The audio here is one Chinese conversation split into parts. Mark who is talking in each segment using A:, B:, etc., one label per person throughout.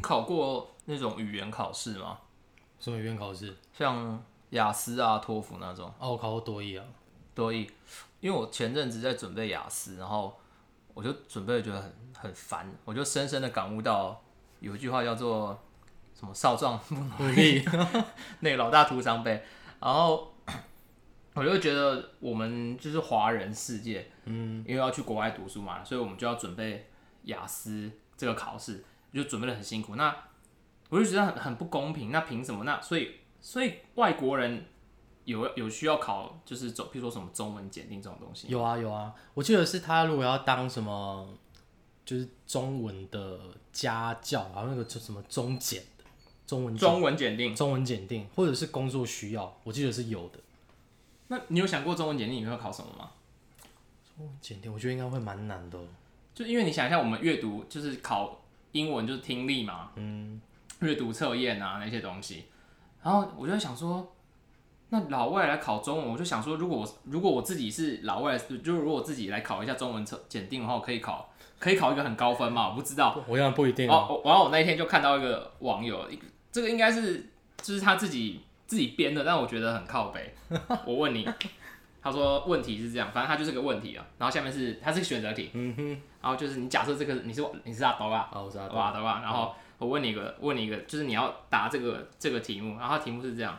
A: 考过那种语言考试吗？
B: 什么语言考试？
A: 像雅思啊、托福那种
B: 哦，我考过多一啊。
A: 多益，因为我前阵子在准备雅思，然后我就准备觉得很很烦，我就深深的感悟到有一句话叫做什么“少壮不努力”， 那个老大徒伤悲。然后 我就觉得我们就是华人世界，嗯，因为要去国外读书嘛，所以我们就要准备雅思这个考试，就准备的很辛苦。那我就觉得很很不公平，那凭什么？那所以所以外国人有有需要考，就是走，譬如说什么中文检定这种东西，
B: 有啊有啊，我记得是他如果要当什么，就是中文的家教，然后那个就什么中检的中文
A: 中文检定。
B: 中文检定，或者是工作需要，我记得是有的。
A: 那你有想过中文检定你会考什么吗？
B: 中文检定我觉得应该会蛮难的哦、
A: 就因为你想一下，我们阅读就是考英文就是听力嘛，嗯，阅读测验啊那些东西，然后我就在想说，那老外来考中文，我就想说，如果我如果我自己是老外，就是如果我自己来考一下中文测检定的话，我可以考可以考一个很高分嘛？我不知道。
B: 我想不一定哦、
A: 哦，我然后我那一天就看到一个网友，一个这个应该是就是他自己自己编的，但我觉得很靠 北。我问你，他说问题是这样，反正他就是个问题啊。然后下面是它是个选择题，嗯哼，然后就是你假设这个你是你是阿斗啊，
B: 好，我知道。
A: 哇对吧？然后我问你一个，问你一个，就是你要答这个这个题目，然后它题目是这样，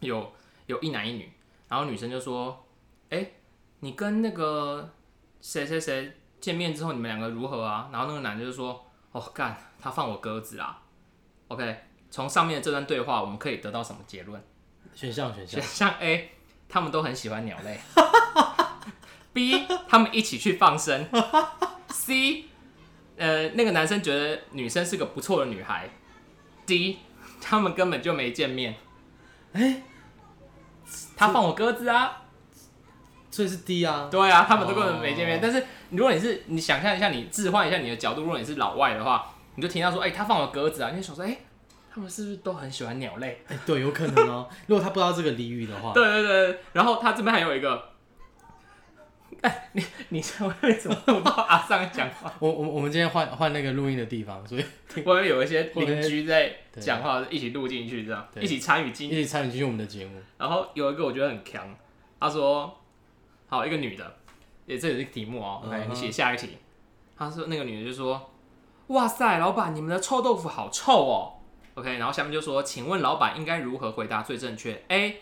A: 有有一男一女，然后女生就说，哎、你跟那个谁谁谁见面之后，你们两个如何啊？然后那个男的就说，哦干，他放我鸽子啦。OK，从上面的这段对话，我们可以得到什么结论？
B: 选项选项
A: 选，项 A，他们都很喜欢鸟类。B，他们一起去放生。C，呃，那个男生觉得女生是个不错的女孩。D，他们根本就没见面。哎、他放我鸽子啊！
B: 所以是 D 啊。
A: 对啊，他们都根本没见面。
B: 哦
A: 但是如果你是你想象一下，你置换一下你的角度，如果你是老外的话，你就听到说，哎、他放我鸽子啊！你就想说，哎、他们是不是都很喜欢鸟类？
B: 哎、对，有可能哦、如果他不知道这个俚语的话，
A: 对对对，对然后他这边还有一个， 哎，你你这为什么我到阿尚讲 话？
B: 我我我们今天换换那个录音的地方，所以
A: 外面有一些邻居在讲话，一起录进去，这样
B: 对
A: 一起参与进
B: 一
A: 去。
B: 起参与进去我们的节目。
A: 然后有一个我觉得很强，他说：“好，一个女的，也这也是题目哦、
B: 嗯
A: o k 你写下一题。”他说那个女的就说：“哇塞，老板，你们的臭豆腐好臭哦。”OK，然后下面就说：“请问老板应该如何回答最正确？A，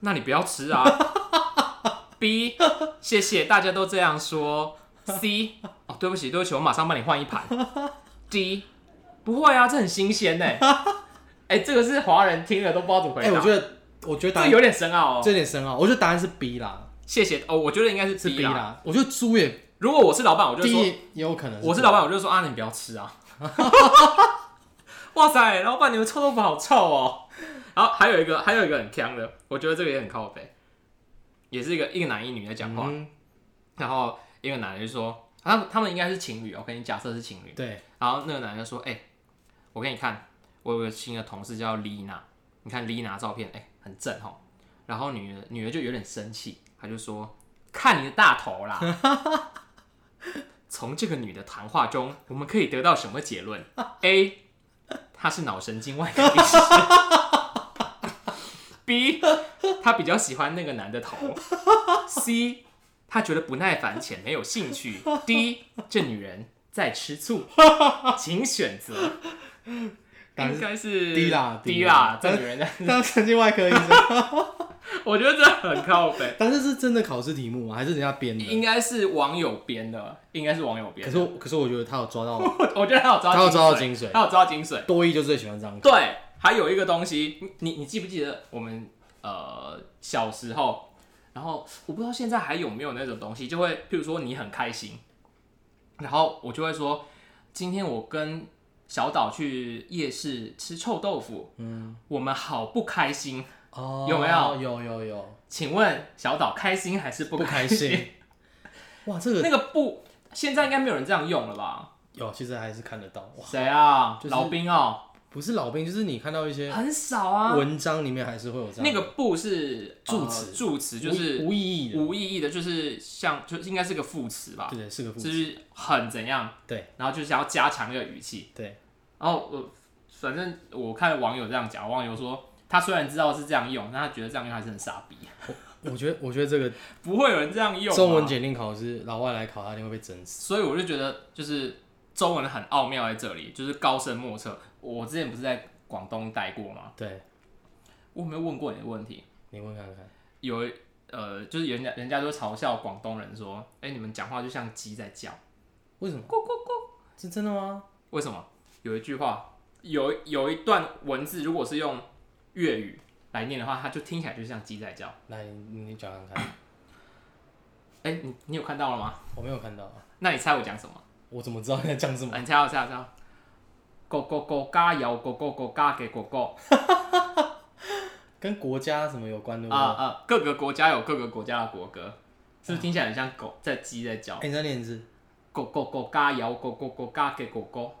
A: 那你不要吃啊。B，谢谢，大家都这样说。C，哦，对不起，对不起，我马上帮你换一盘。D，不会啊，这很新鲜呢。 哎、这个是华人听了都不知道怎么回
B: 哎、
A: 答。
B: 我觉得我觉得答
A: 这
B: 案
A: 有点深奥哦。
B: 这有点深奥，我觉得答案是 B 啦，
A: 谢谢哦，我觉得应该是
B: 是
A: B 啦。
B: 啦。我觉得猪也
A: 如果我是老板，我就
B: D
A: 说
B: 也有可能
A: 我是
B: 猪
A: 老板，我就说啊，你不要吃 啊。哇塞，老板，你们臭豆腐好臭哦。然后还有一个，还有一个很强的，我觉得这个也很靠北，也是一个一个男一女在讲话，
B: 嗯
A: 然后一个男的就说，他们他们应该是情侣，OK，你假设是情侣，
B: 对，
A: 然后那个男的就说，哎、我给你看，我有个新的同事叫丽娜，你看丽娜照片，哎、很正哦。然后女的女的就有点生气，她就说：“看你的大头啦！”从这个女的谈话中，我们可以得到什么结论？A，她是脑神经外科医师。B，她比较喜欢那个男的头。C，她觉得不耐烦且没有兴趣。D，这女人在吃醋，请选择。
B: 答案
A: 应
B: 是
A: 该是
B: 低啦
A: 低
B: 低啦
A: 啦，这女人 在
B: 当神经外科医生，
A: 我觉得这很靠北，
B: 但是是真的考试题目吗？还是人家编的？
A: 应该是网友编的，应该是网友编
B: 可
A: 的。
B: 是我可是我觉得他有抓 到，
A: 我我觉得他有抓，
B: 他有抓到精髓。
A: 他有抓到精髓。
B: 多一就最喜欢这样，
A: 对，还有一个东西，你你你记不记得我们呃小时候，然后我不知道现在还有没有那种东西，就会譬如说你很开心，然后我就会说，今天我跟小岛去夜市吃臭豆腐，嗯，我们好不开心。
B: 哦
A: 有没有？
B: 有有有，
A: 请问小岛开心还是不
B: 不开心。 哇，这个
A: 那个不，现在应该没有人这样用了吧？
B: 有，其实还是看得到。哇，
A: 谁啊？
B: 就是
A: 老兵哦，
B: 不是老兵，就是你看到一些
A: 很少啊。
B: 文章里面还是会有这样，
A: 那个不是
B: 助
A: 呃
B: 词
A: 助词就是
B: 无无意义的，
A: 无意义的，就是像就是应该是个副词吧，
B: 对对，是个副
A: 就
B: 词，
A: 是很怎样，
B: 对
A: 然后就是要加强这个语气。
B: 对，
A: 然后我反正我看网友这样讲，网友说他虽然知道是这样用，但他觉得这样用还是很傻逼，
B: 我觉得，我觉得这个
A: 不会有人这样用、啊。
B: 中文检定考试，老外来考，他一定会被整死。
A: 所以我就觉得，就是中文很奥妙在这里，就是高深莫测。我之前不是在广东待过吗？
B: 对，
A: 我有没有问过你的问题，
B: 你问看看。
A: 有呃，就是人家人家都嘲笑广东人说，哎、你们讲话就像鸡在叫，
B: 为什么？
A: 咕咕咕。
B: 是真的吗？
A: 为什么？有一句话，有有一段文字，如果是用粤语来念的话，它就听起来就像鸡在叫。
B: 来，你你讲看 看。
A: 哎、你你有看到了吗？
B: 我没有看到啊，
A: 那你猜我讲什么？
B: 我怎么知道你在讲 什么？
A: 啊你猜我猜我猜我，狗狗狗加油，狗狗狗加给狗狗
B: 跟国家什么有关的
A: 啊
B: 吗？
A: 啊！各个国家有各个国家的国歌，是不是听起来很像狗在鸡在叫
B: 哎、？你再念一 次。
A: 狗狗狗加油，狗狗狗加给狗狗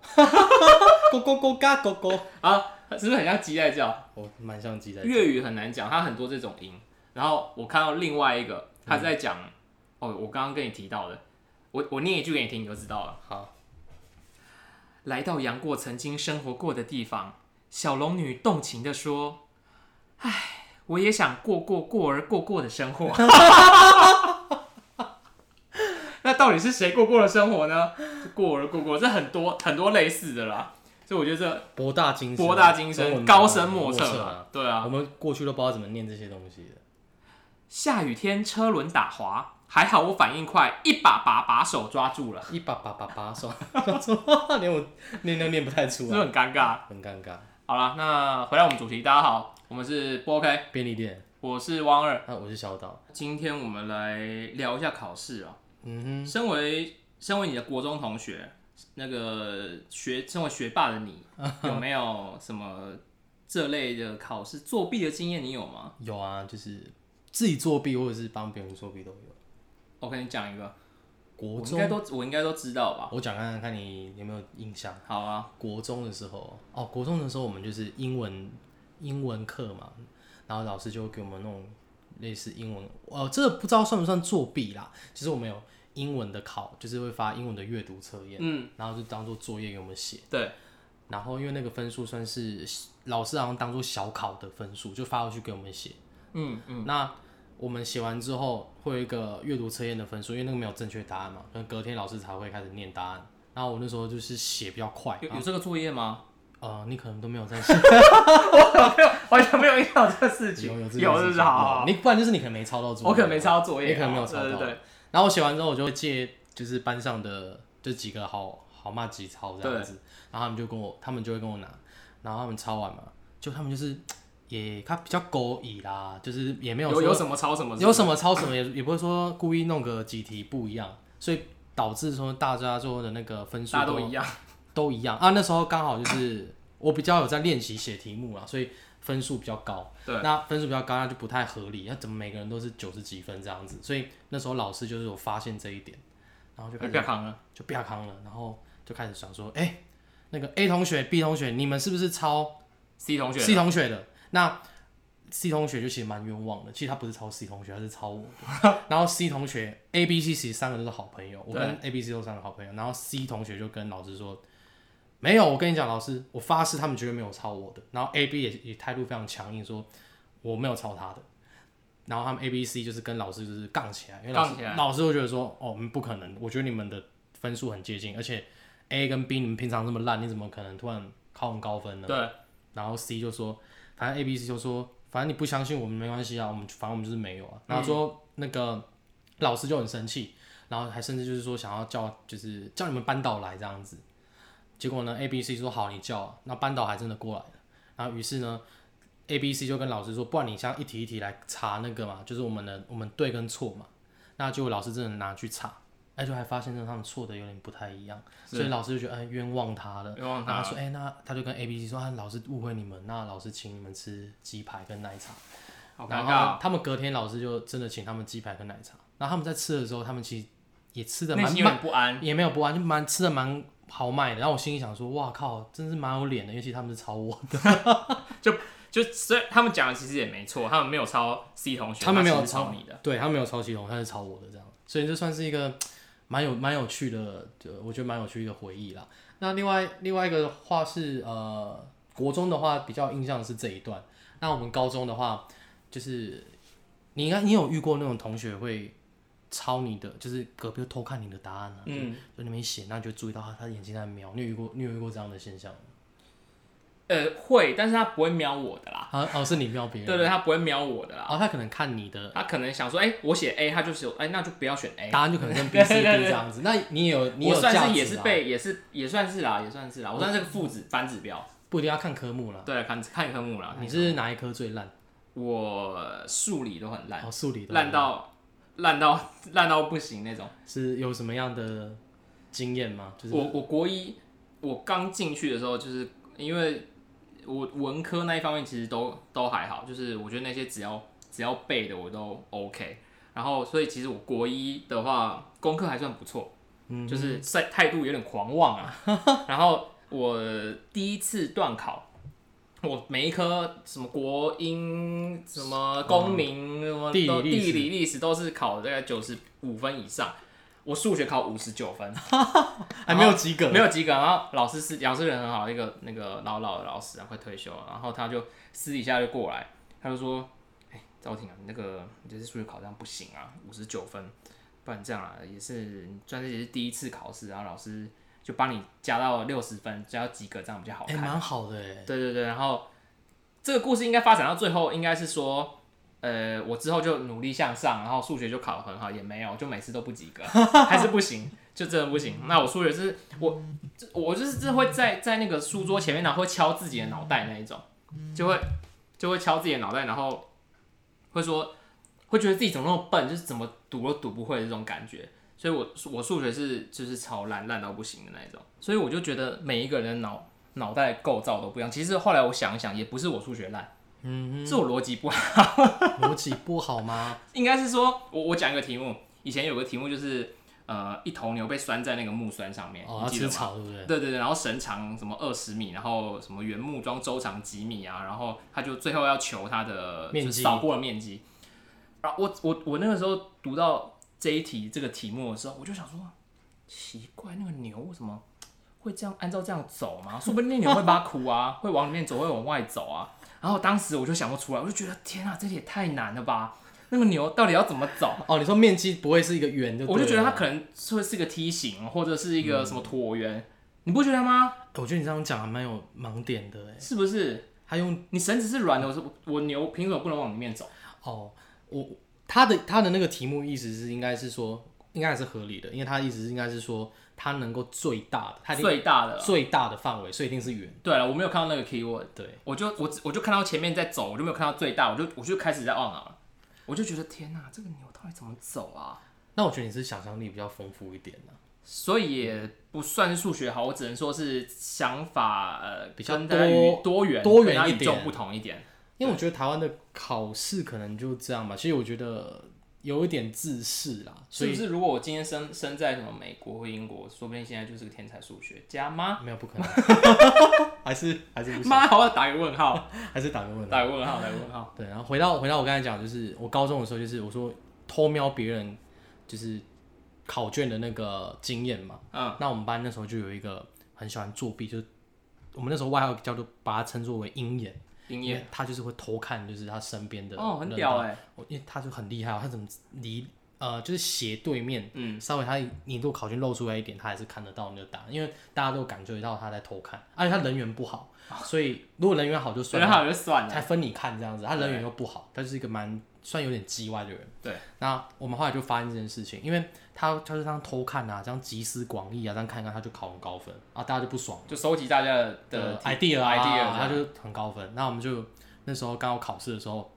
B: 狗狗狗嘎狗狗。
A: 啊，是不是很像鸡在叫？
B: 我蛮像鸡在
A: 粤语很难讲，它很多这种音。然后我看到另外一个，他在讲、哦，我刚刚跟你提到的，我我念一句给你听，你就知道了。
B: 好，
A: 来到杨过曾经生活过的地方，小龙女动情地说：“唉，我也想过过过而过过的生活。” 那到底是谁过过的生活呢？过而过过，这很多很多类似的啦。所以我觉得
B: 博大精
A: 这
B: 深，
A: 博大精
B: 中
A: 深，
B: 文
A: 高深莫测
B: 测
A: 啊
B: 啊。
A: 对啊
B: 我，们过去都不知道怎么念这些东西的。
A: 下雨天车轮打滑，还好我反应快，一把把把手抓住了，
B: 一把把把把手，手 连我念都念不太
A: 是
B: 出
A: 不是
B: 来，
A: 很尴尬？
B: 很尴尬。
A: 好了，那回到我们主题，大家好，我们是波 OK，
B: 便利店，
A: 我是汪二，
B: 啊，我是小岛。
A: 今天我们来聊一下考试啊。
B: 嗯
A: 身为身为你的国中同学，那个学身为学霸的 你，有没有什么这类的考试作弊的经验？你有吗
B: 哼，有啊，就是自己作弊或者是帮别人作弊都有。
A: 我跟你讲一个，
B: 国
A: 我应
B: 中，
A: 该都我应该都知道吧？
B: 我讲看看看你有没有印象？
A: 好啊，
B: 国中的时候，哦，国中的时候我们就是英文英文课嘛，然后老师就会给我们那种类似英文，呃，这个不知道算不算作弊啦。其实我们有英文的考，就是会发英文的阅读测验，
A: 嗯，
B: 然后就当做作业给我们写。
A: 对，
B: 然后因为那个分数算是老师好像当做小考的分数，就发过去给我们写。
A: 嗯嗯，
B: 那我们写完之后会有一个阅读测验的分数，因为那个没有正确答案嘛，可能隔天老师才会开始念答案。然后我那时候就是写比较快，
A: 有有这个作业吗？
B: 呃，你可能都没有在写，
A: 没有，完全没有印象这个事情。
B: 有有这 件
A: 有
B: 事
A: 就
B: 情
A: 是好好，
B: 有你不然就是你可能没抄到作业，
A: 我可能没抄到作业，
B: 你可能没有抄到
A: 对对
B: 然后我写完之后，我就会借就是班上的这几个好好骂几抄这样子，然后他们就跟我，他们就会跟我拿，然后他们抄完嘛，就他们就是也他比较勾引啦，就是也
A: 对，
B: 没有
A: 有
B: 说
A: 有什么抄什么，
B: 有什么抄什么也也不会说故意弄个几题不一样，所以导致说大家最后的那个分数
A: 大家都一样。
B: 都一样啊。那时候刚好就是我比较有在练习写题目啦，所以分数比较高。
A: 对，
B: 那分数比较高，那就不太合理。那怎么每个人都是九十几分这样子？所以那时候老师就是有发现这一点，然后就开
A: 哎不
B: 始
A: 要扛了，
B: 就不要扛了，然后就开始想说，哎、那个 A 同学、B 同学，你们是不是抄
A: C 同学
B: C 同学的？那 C 同学就其实蛮冤枉的，其实他不是抄 C 同学，他是抄我的。 然后 C 同学 A、B、C 其实三个都是好朋友，我跟 A、B、C 都是三个好朋友。然后 C 同学就跟老师说，没有，我跟你讲，老师，我发誓他们绝对没有抄我的。然后 A、B 也也态度非常强硬，说我没有抄他的。然后他们 A、B、C 就是跟老师就是杠起来，因为老
A: 杠起
B: 师
A: 来
B: 老师就觉得说，哦，嗯不可能，我觉得你们的分数很接近，而且 A 跟 B 你们平常这么烂，你怎么可能突然考很高分呢？
A: 对，
B: 然后 C 就说，反正 A、B、C 就说，反正你不相信我们没关系啊，我们反正我们就是没有啊。然后说那个老师就很生气，然后还甚至就是说想要叫，就是叫你们班导来这样子。结果呢，A、B、C 说好，你叫、啊。那班导还真的过来了。然后于是呢，A、B、C 就跟老师说，不然你像一题一题来查那个嘛，就是我们的我们对跟错嘛。那结果老师真的拿去查，哎，就还发现他们错的有点不太一样，
A: 是
B: 所以老师就觉得哎冤枉他了。
A: 冤枉
B: 然
A: 他
B: 后他说：“哎、那他就跟 A、B、C 说，啊，老师误会你们，那老师请你们吃鸡排跟奶茶。
A: 好尴
B: 然
A: 尬。
B: 后他们隔天老师就真的请他们鸡排跟奶茶。然后他们在吃的时候，他们其实也吃的
A: 内
B: 蛮
A: 心有点不安，
B: 也没有不安，就蛮吃的蛮豪迈的。然后我心里想说，哇靠，真是蛮有脸的，尤其他们是抄我，
A: 就虽然他们讲的其实也没错，他们没有抄 C 同学，
B: 他们没有
A: 其实是抄你的，
B: 对他们没有抄系统，他是抄我的这样。所以这算是一个蛮有蛮有趣的，呃我觉得蛮有趣的回忆啦。那另外另外一个的话是呃，国中的话比较印象是这一段。那我们高中的话，就是你应该你有遇过那种同学会抄你的，就是隔壁偷看你的答案啊，
C: 嗯，
B: 就你没写，那你就注意到他他的眼睛在瞄。你有遇过你有遇过这样的现象吗？
A: 呃，会，但是他不会瞄我的啦。
B: 啊哦，是你瞄别
A: 对
B: 人，
A: 对，他不会瞄我的啦。
B: 哦，他可能看你的
A: 他可能想说，哎、我写 A，他就是有，哎、那就不要选 A。
B: 答案就可能跟 B、C、
A: 对
B: D
A: 对对
B: 这样子。那你也有你
A: 我
B: 有价值、啊，
A: 算是也是被，也是也算是啦，也算是啦，我算是个父子反指标。
B: 不一定要看科目啦。
A: 对，看看科目啦。
B: 你是哪一科最烂？
A: 我数理都很烂，
B: 哦，数理的
A: 哎烂到烂到烂到不行那种。
B: 是有什么样的经验吗？就是
A: 我我国一我刚进去的时候，就是因为我文科那一方面其实都都还好，就是我觉得那些只要只要背的我都 OK。然后所以其实我国一的话功课还算不错，
B: 嗯
A: 就是态态度有点狂妄 啊。然后我第一次段考。我每一科什么国英、什么公民、什么
B: 地理
A: 都
B: 历
A: 地
B: 史
A: 理、历史都是考大概九十五分以上，我数学考五十九分，
B: 还没有及格，
A: 哦没有及格。然后老师是老师人很好，一个那个老老的老师啊，快退休了。然后他就私底下就过来，他就说：“哎、赵婷啊，你那个你这次数学考这样不行啊，五十九分，不然这样啊，也是你算是也是第一次考试，然后老师就帮你加到六十分，加到及格，这样比较好
B: 哎，
A: 看。
B: 蛮、好的哎。
A: 对对对，然后这个故事应该发展到最后，应该是说，呃，我之后就努力向上，然后数学就考得很好，也没有，就每次都不及格，还是不行，就真的不行。那我数学是我，这我就是这会在在那个书桌前面，然后会敲自己的脑袋那一种，就会就会敲自己的脑袋，然后会说，会觉得自己怎么那么笨，就是怎么读都读不会的这种感觉。所以我，我数学是就是超烂烂到不行的那一种，所以我就觉得每一个人的脑脑袋构造都不一样。其实后来我想一想，也不是我数学烂，
B: 嗯
A: 是我逻辑不好。
B: 哼，逻辑不好 吗？
A: 应该是说，我我讲一个题目，以前有个题目就是，呃，一头牛被拴在那个木栓上面，
B: 哦，
A: 你
B: 要
A: 记得
B: 吃
A: 吗？
B: 草对不对？
A: 对对对，然后绳长什么二十米，然后什么原木桩周长几米啊，然后他就最后要求它的
B: 面积
A: 就是扫过的面积。然后我我我那个时候读到这一题这个题目的时候，我就想说，奇怪，那个牛为什么会这样按照这样走吗？说不定那牛会挖苦 啊，会往里面走，会往外走啊。然后当时我就想不出来，我就觉得天啊，这题也太难了吧！那个牛到底要怎么走？
B: 哦，你说面积不会是一个圆就对了，
A: 我就觉得它可能是会是个梯形，或者是一个什么椭圆，你不觉得吗？
B: 我觉得你这样讲还蛮有盲点的哎。
A: 是不是？
B: 他用
A: 你绳子是软的，我说我牛凭什么不能往里面走？
B: 哦，我他的他的那个题目意思是应该是说，应该还是合理的，因为他的意思是应该是说他能够最大的，他一定
A: 最大的啦。
B: 最大的范围，所以一定是圆。
A: 对了，我没有看到那个 keyword，
B: 对，
A: 我就我只我就看到前面在走，我就没有看到最大，我就我就开始在懊恼了，我就觉得天哪，这个牛到底怎么走啊？
B: 那我觉得你是想象力比较丰富一点啊
A: 所以也不算是数学好，我只能说是想法呃
B: 比较
A: 跟大家与
B: 多
A: 多元
B: 多元
A: 跟大家
B: 一
A: 与
B: 点
A: 众不同一点。
B: 因为我觉得台湾的考试可能就这样吧。其实我觉得有一点自视啦，
A: 是
B: 所
A: 不
B: 以
A: 是如果我今天生生在什么美国或英国，说不定现在就是个天才数学家吗？
B: 没有不可能， 还是还是不行，
A: 妈，好，我要打个问号，
B: 还是打个问号。
A: 打个问号，打个问号。
B: 对，然后回到回到我刚才讲，就是我高中的时候，就是我说偷瞄别人就是考卷的那个经验嘛。
A: 嗯，
B: 那我们班那时候就有一个很喜欢作弊，就是我们那时候外号叫做把他称作为鹰眼，
A: 营
B: 因
A: 业
B: 为他就是会偷看，就是他身边的
A: 哦，很
B: 人
A: 屌哎、
B: 我因为他就很厉害哦，他怎么离呃就是斜对面，
A: 嗯，
B: 稍微他你如果考卷露出来一点，他还是看得到那个答案，因为大家都感觉到他在偷看，而且他人缘不好，
A: 哦
B: 所以如果人缘好就
A: 所
B: 算
A: 以
B: 了，
A: 好就算了。
B: 才分你看这样子，他人缘又不好，他就是一个蛮算有点叽歪的人。
A: 对，
B: 那我们后来就发现这件事情，因为他他就这样偷看啊，这样集思广益啊，这样看一看他就考很高分啊，大家就不爽。
A: 就收集大家的
B: 的
A: 的
B: idea 啊
A: idea，
B: 他就很高分。那我们就那时候刚好考试的时候，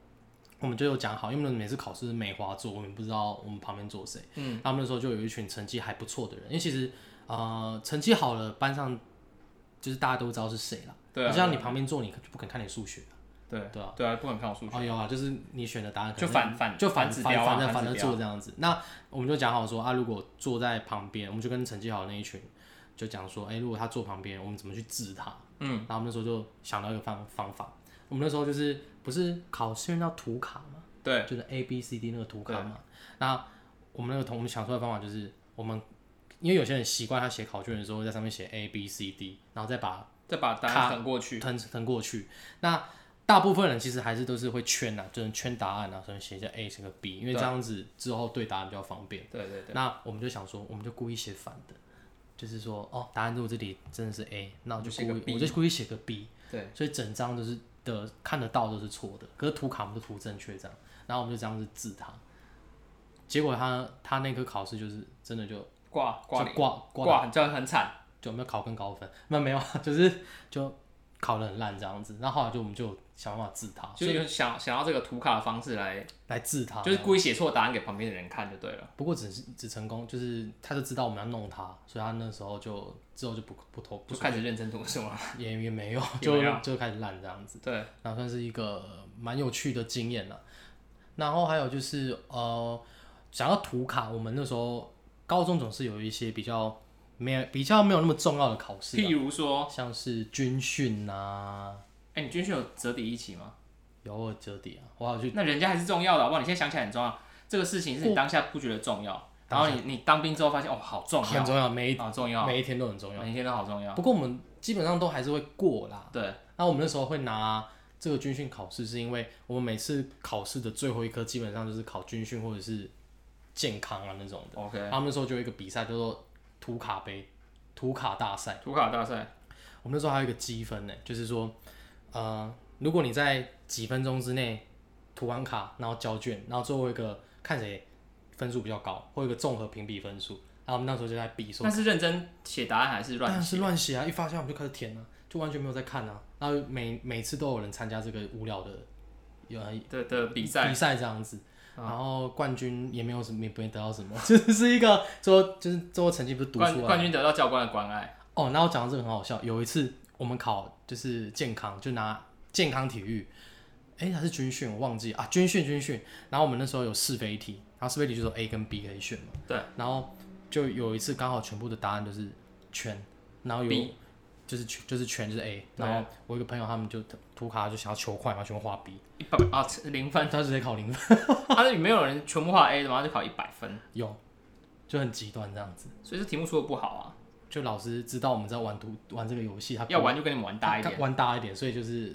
B: 我们就有讲好，因为我们每次考试是美华坐，我们不知道我们旁边坐谁。嗯，他们那时候就有一群成绩还不错的人，因为其实呃成绩好了，班上就是大家都知道是谁了。
A: 对啊
B: 就像你旁边坐，你就不肯看你数学。
A: 对
B: 对啊，
A: 对啊，不能看我数学，
B: 哦，有啊，就是你选的答案可能
A: 就反反
B: 就
A: 反
B: 反
A: 指
B: 反
A: 标啊
B: 反着
A: 反
B: 反
A: 指
B: 着
A: 标
B: 做这样子。那我们就讲好说啊，如果坐在旁边，我们就跟成绩好的那一群就讲说，哎、如果他坐旁边，我们怎么去治他？嗯，然后我们那时候就想到一个方方法，我们那时候就是不是考试用到图卡嘛，
A: 对，
B: 就是 A B C D 那个图卡嘛。那我们那个同我们想出来的方法就是，我们因为有些人习惯他写考卷的时候在上面写 A B C D，然后再把
A: 再把答
B: 卡
A: 案等过去。
B: 腾腾过去。那大部分人其实还是都是会圈啊，就是圈答案啊，所以写一下 A 这个 B，因为这
A: 对
B: 样子之后对答案比较方便。
A: 对对对，
B: 那我们就想说，我们就故意写反的，就是说哦，答案如果这里真的是 A，那我
A: 就
B: 就
A: 写个
B: 故意
A: B
B: 我就故意写个 B，
A: 对，
B: 所以整张都是的看得到都是错的，可是图卡我们就图正确这样，然后我们就这样子治他。结果他他那科考试就是真的就
A: 挂挂
B: 就
A: 零
B: 挂挂
A: 挂，这样很惨。
B: 就没有考更高分，那没有， 就是就考得很烂这样子。然后后来就我们就想办法治他，
A: 就是有想想要这个涂卡的方式来，
B: 来治他，
A: 就是故意写错答案给旁边的人看就对了。
B: 不过只是只成功，就是他就知道我们要弄他，所以他那时候就之后就不不投不
A: 就开始认真读书了。
B: 也也没有，
A: 也没
B: 就
A: 有
B: 就开始烂这样子，
A: 对，
B: 然后算是一个蛮有趣的经验了。然后还有就是呃，讲到图卡，我们那时候高中总是有一些比较没有比较没有那么重要的考试啊、
A: 譬如说，
B: 像是军训啊、
A: 哎、你军训有折抵一起吗？
B: 有尔折抵啊，我好去哦
A: 那人家还是重要的，好不好？你现在想起来很重要，这个事情是你当下不觉得重要，然后你你当兵之后发现哦，好重
B: 很
A: 要，
B: 重要，每一
A: 好重要，
B: 每一天都很重要。
A: 每一天都好重要。
B: 不过我们基本上都还是会过啦。
A: 对，
B: 那我们那时候会拿这个军训考试，是因为我们每次考试的最后一科基本上就是考军训或者是健康啊那种的。
A: OK，
B: 他们那时候就有一个比赛叫做图卡杯、图卡大赛。
A: 涂卡大赛，
B: 我们那时候还有一个积分呢，就是说，呃，如果你在几分钟之内涂完卡，然后交卷，然后最后一个看谁分数比较高，会有一个综合评比分数。然后我们那时候就在比说
A: 那是认真写答案还是
B: 当
A: 乱
B: 然
A: 写？
B: 是乱写啊！一发现我们就开始填啊，就完全没有在看啊。然后每每次都有人参加这个无聊的有啊
A: 的的比赛，啊
B: 比赛这样子，然后冠军也没有什么，也不会得到什么， 就是一个最后就是最后成绩不是读
A: 冠
B: 出来
A: 冠军得到教官的关爱。
B: 哦。然后讲到这个很好笑，有一次我们考就是健康，就拿健康体育，哎、还是军训我忘记啊，军训军训。然后我们那时候有是非题，然后是非题就说 A 跟 B 可以选嘛，
A: 对，
B: 然后就有一次刚好全部的答案就是圈，然后有
A: B
B: 就是圈就是圈就是 A，
A: 对
B: 然后我一个朋友他们就涂卡就想要求快嘛，全部画 B，
A: 一百啊，零分，
B: 他直接考零分，
A: 他是没有人全部画 A 的嘛，他就考一百分，
B: 有就很极端这样子。
A: 所以这题目出的不好啊。
B: 就老师知道我们在玩图玩这个游戏，他
A: 要玩就跟你们玩大一点，
B: 他玩大一点，所以就是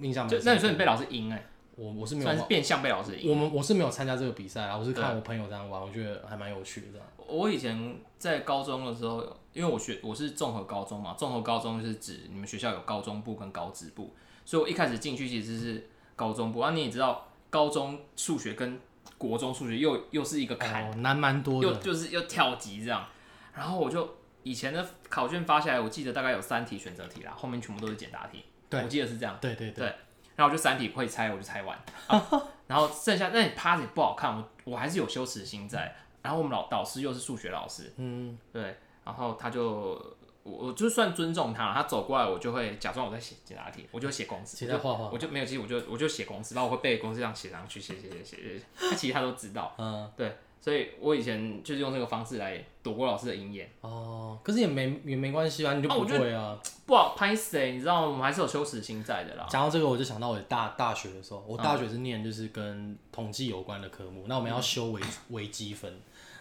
B: 印象
A: 就
B: 蛮深刻
A: 那你说你被老师赢哎，
B: 我我是没有
A: 算是
B: 玩，
A: 变相被老师赢。
B: 我们我是没有参加这个比赛啊，我是看
A: 对
B: 我朋友这样玩，我觉得还蛮有趣的这样。
A: 我以前在高中的时候，因为我学我是综合高中嘛，综合高中就是指你们学校有高中部跟高职部，所以我一开始进去其实是高中部啊。你也知道，高中数学跟国中数学又又是一个坎，
B: 哦，难蛮多
A: 又
B: 的，
A: 就是又跳级这样。然后我就以前的考卷发下来，我记得大概有三题选择题啦，后面全部都是简答题。
B: 对
A: 我记得是这样。
B: 对对对，
A: 对，然后我就三题会猜，我就猜完，啊然后剩下那你趴着也不好看，我我还是有羞耻心在。然后我们老导师又是数学老师，
B: 嗯，
A: 对，然后他就我我就算尊重他，他走过来我就会假装我在写解答题，我就写公式，
B: 写在画画
A: 我就没有，其实我就我就写公式，然后我会背公式这样写上去，写写写写写写，他其实他都知道，
B: 嗯
A: 对，所以我以前就是用这个方式来躲过老师的鹰眼，
B: 哦，可是也没也没关系啊，你就
A: 啊
B: 不
A: 我觉得
B: 会啊。
A: 不好拍谁，你知道吗我们还是有羞耻心在的啦。嗯
B: 讲到这个，我就想到我大大学的时候，我大学是念就是跟统计有关的科目，那我们要修微微积分。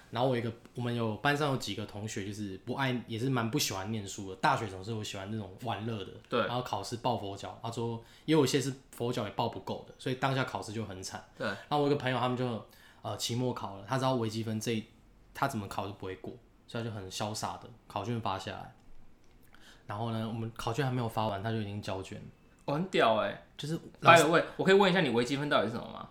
B: 然后我有一个我们有班上有几个同学就是不爱，也是蛮不喜欢念书的。大学总是有喜欢那种玩乐的，
A: 对
B: 然后考试抱佛脚，他说也有一些是佛脚也抱不够的，所以当下考试就很惨。
A: 对，
B: 然后我有一个朋友他们就呃期末考了，他知道微积分这一他怎么考都不会过，所以他就很潇洒的考卷发下来。然后呢，我们考卷还没有发完，他就已经交卷了，
A: 我很屌哎、
B: 就是呃老
A: 拜了喂，我可以问一下你微积分到底是什么吗？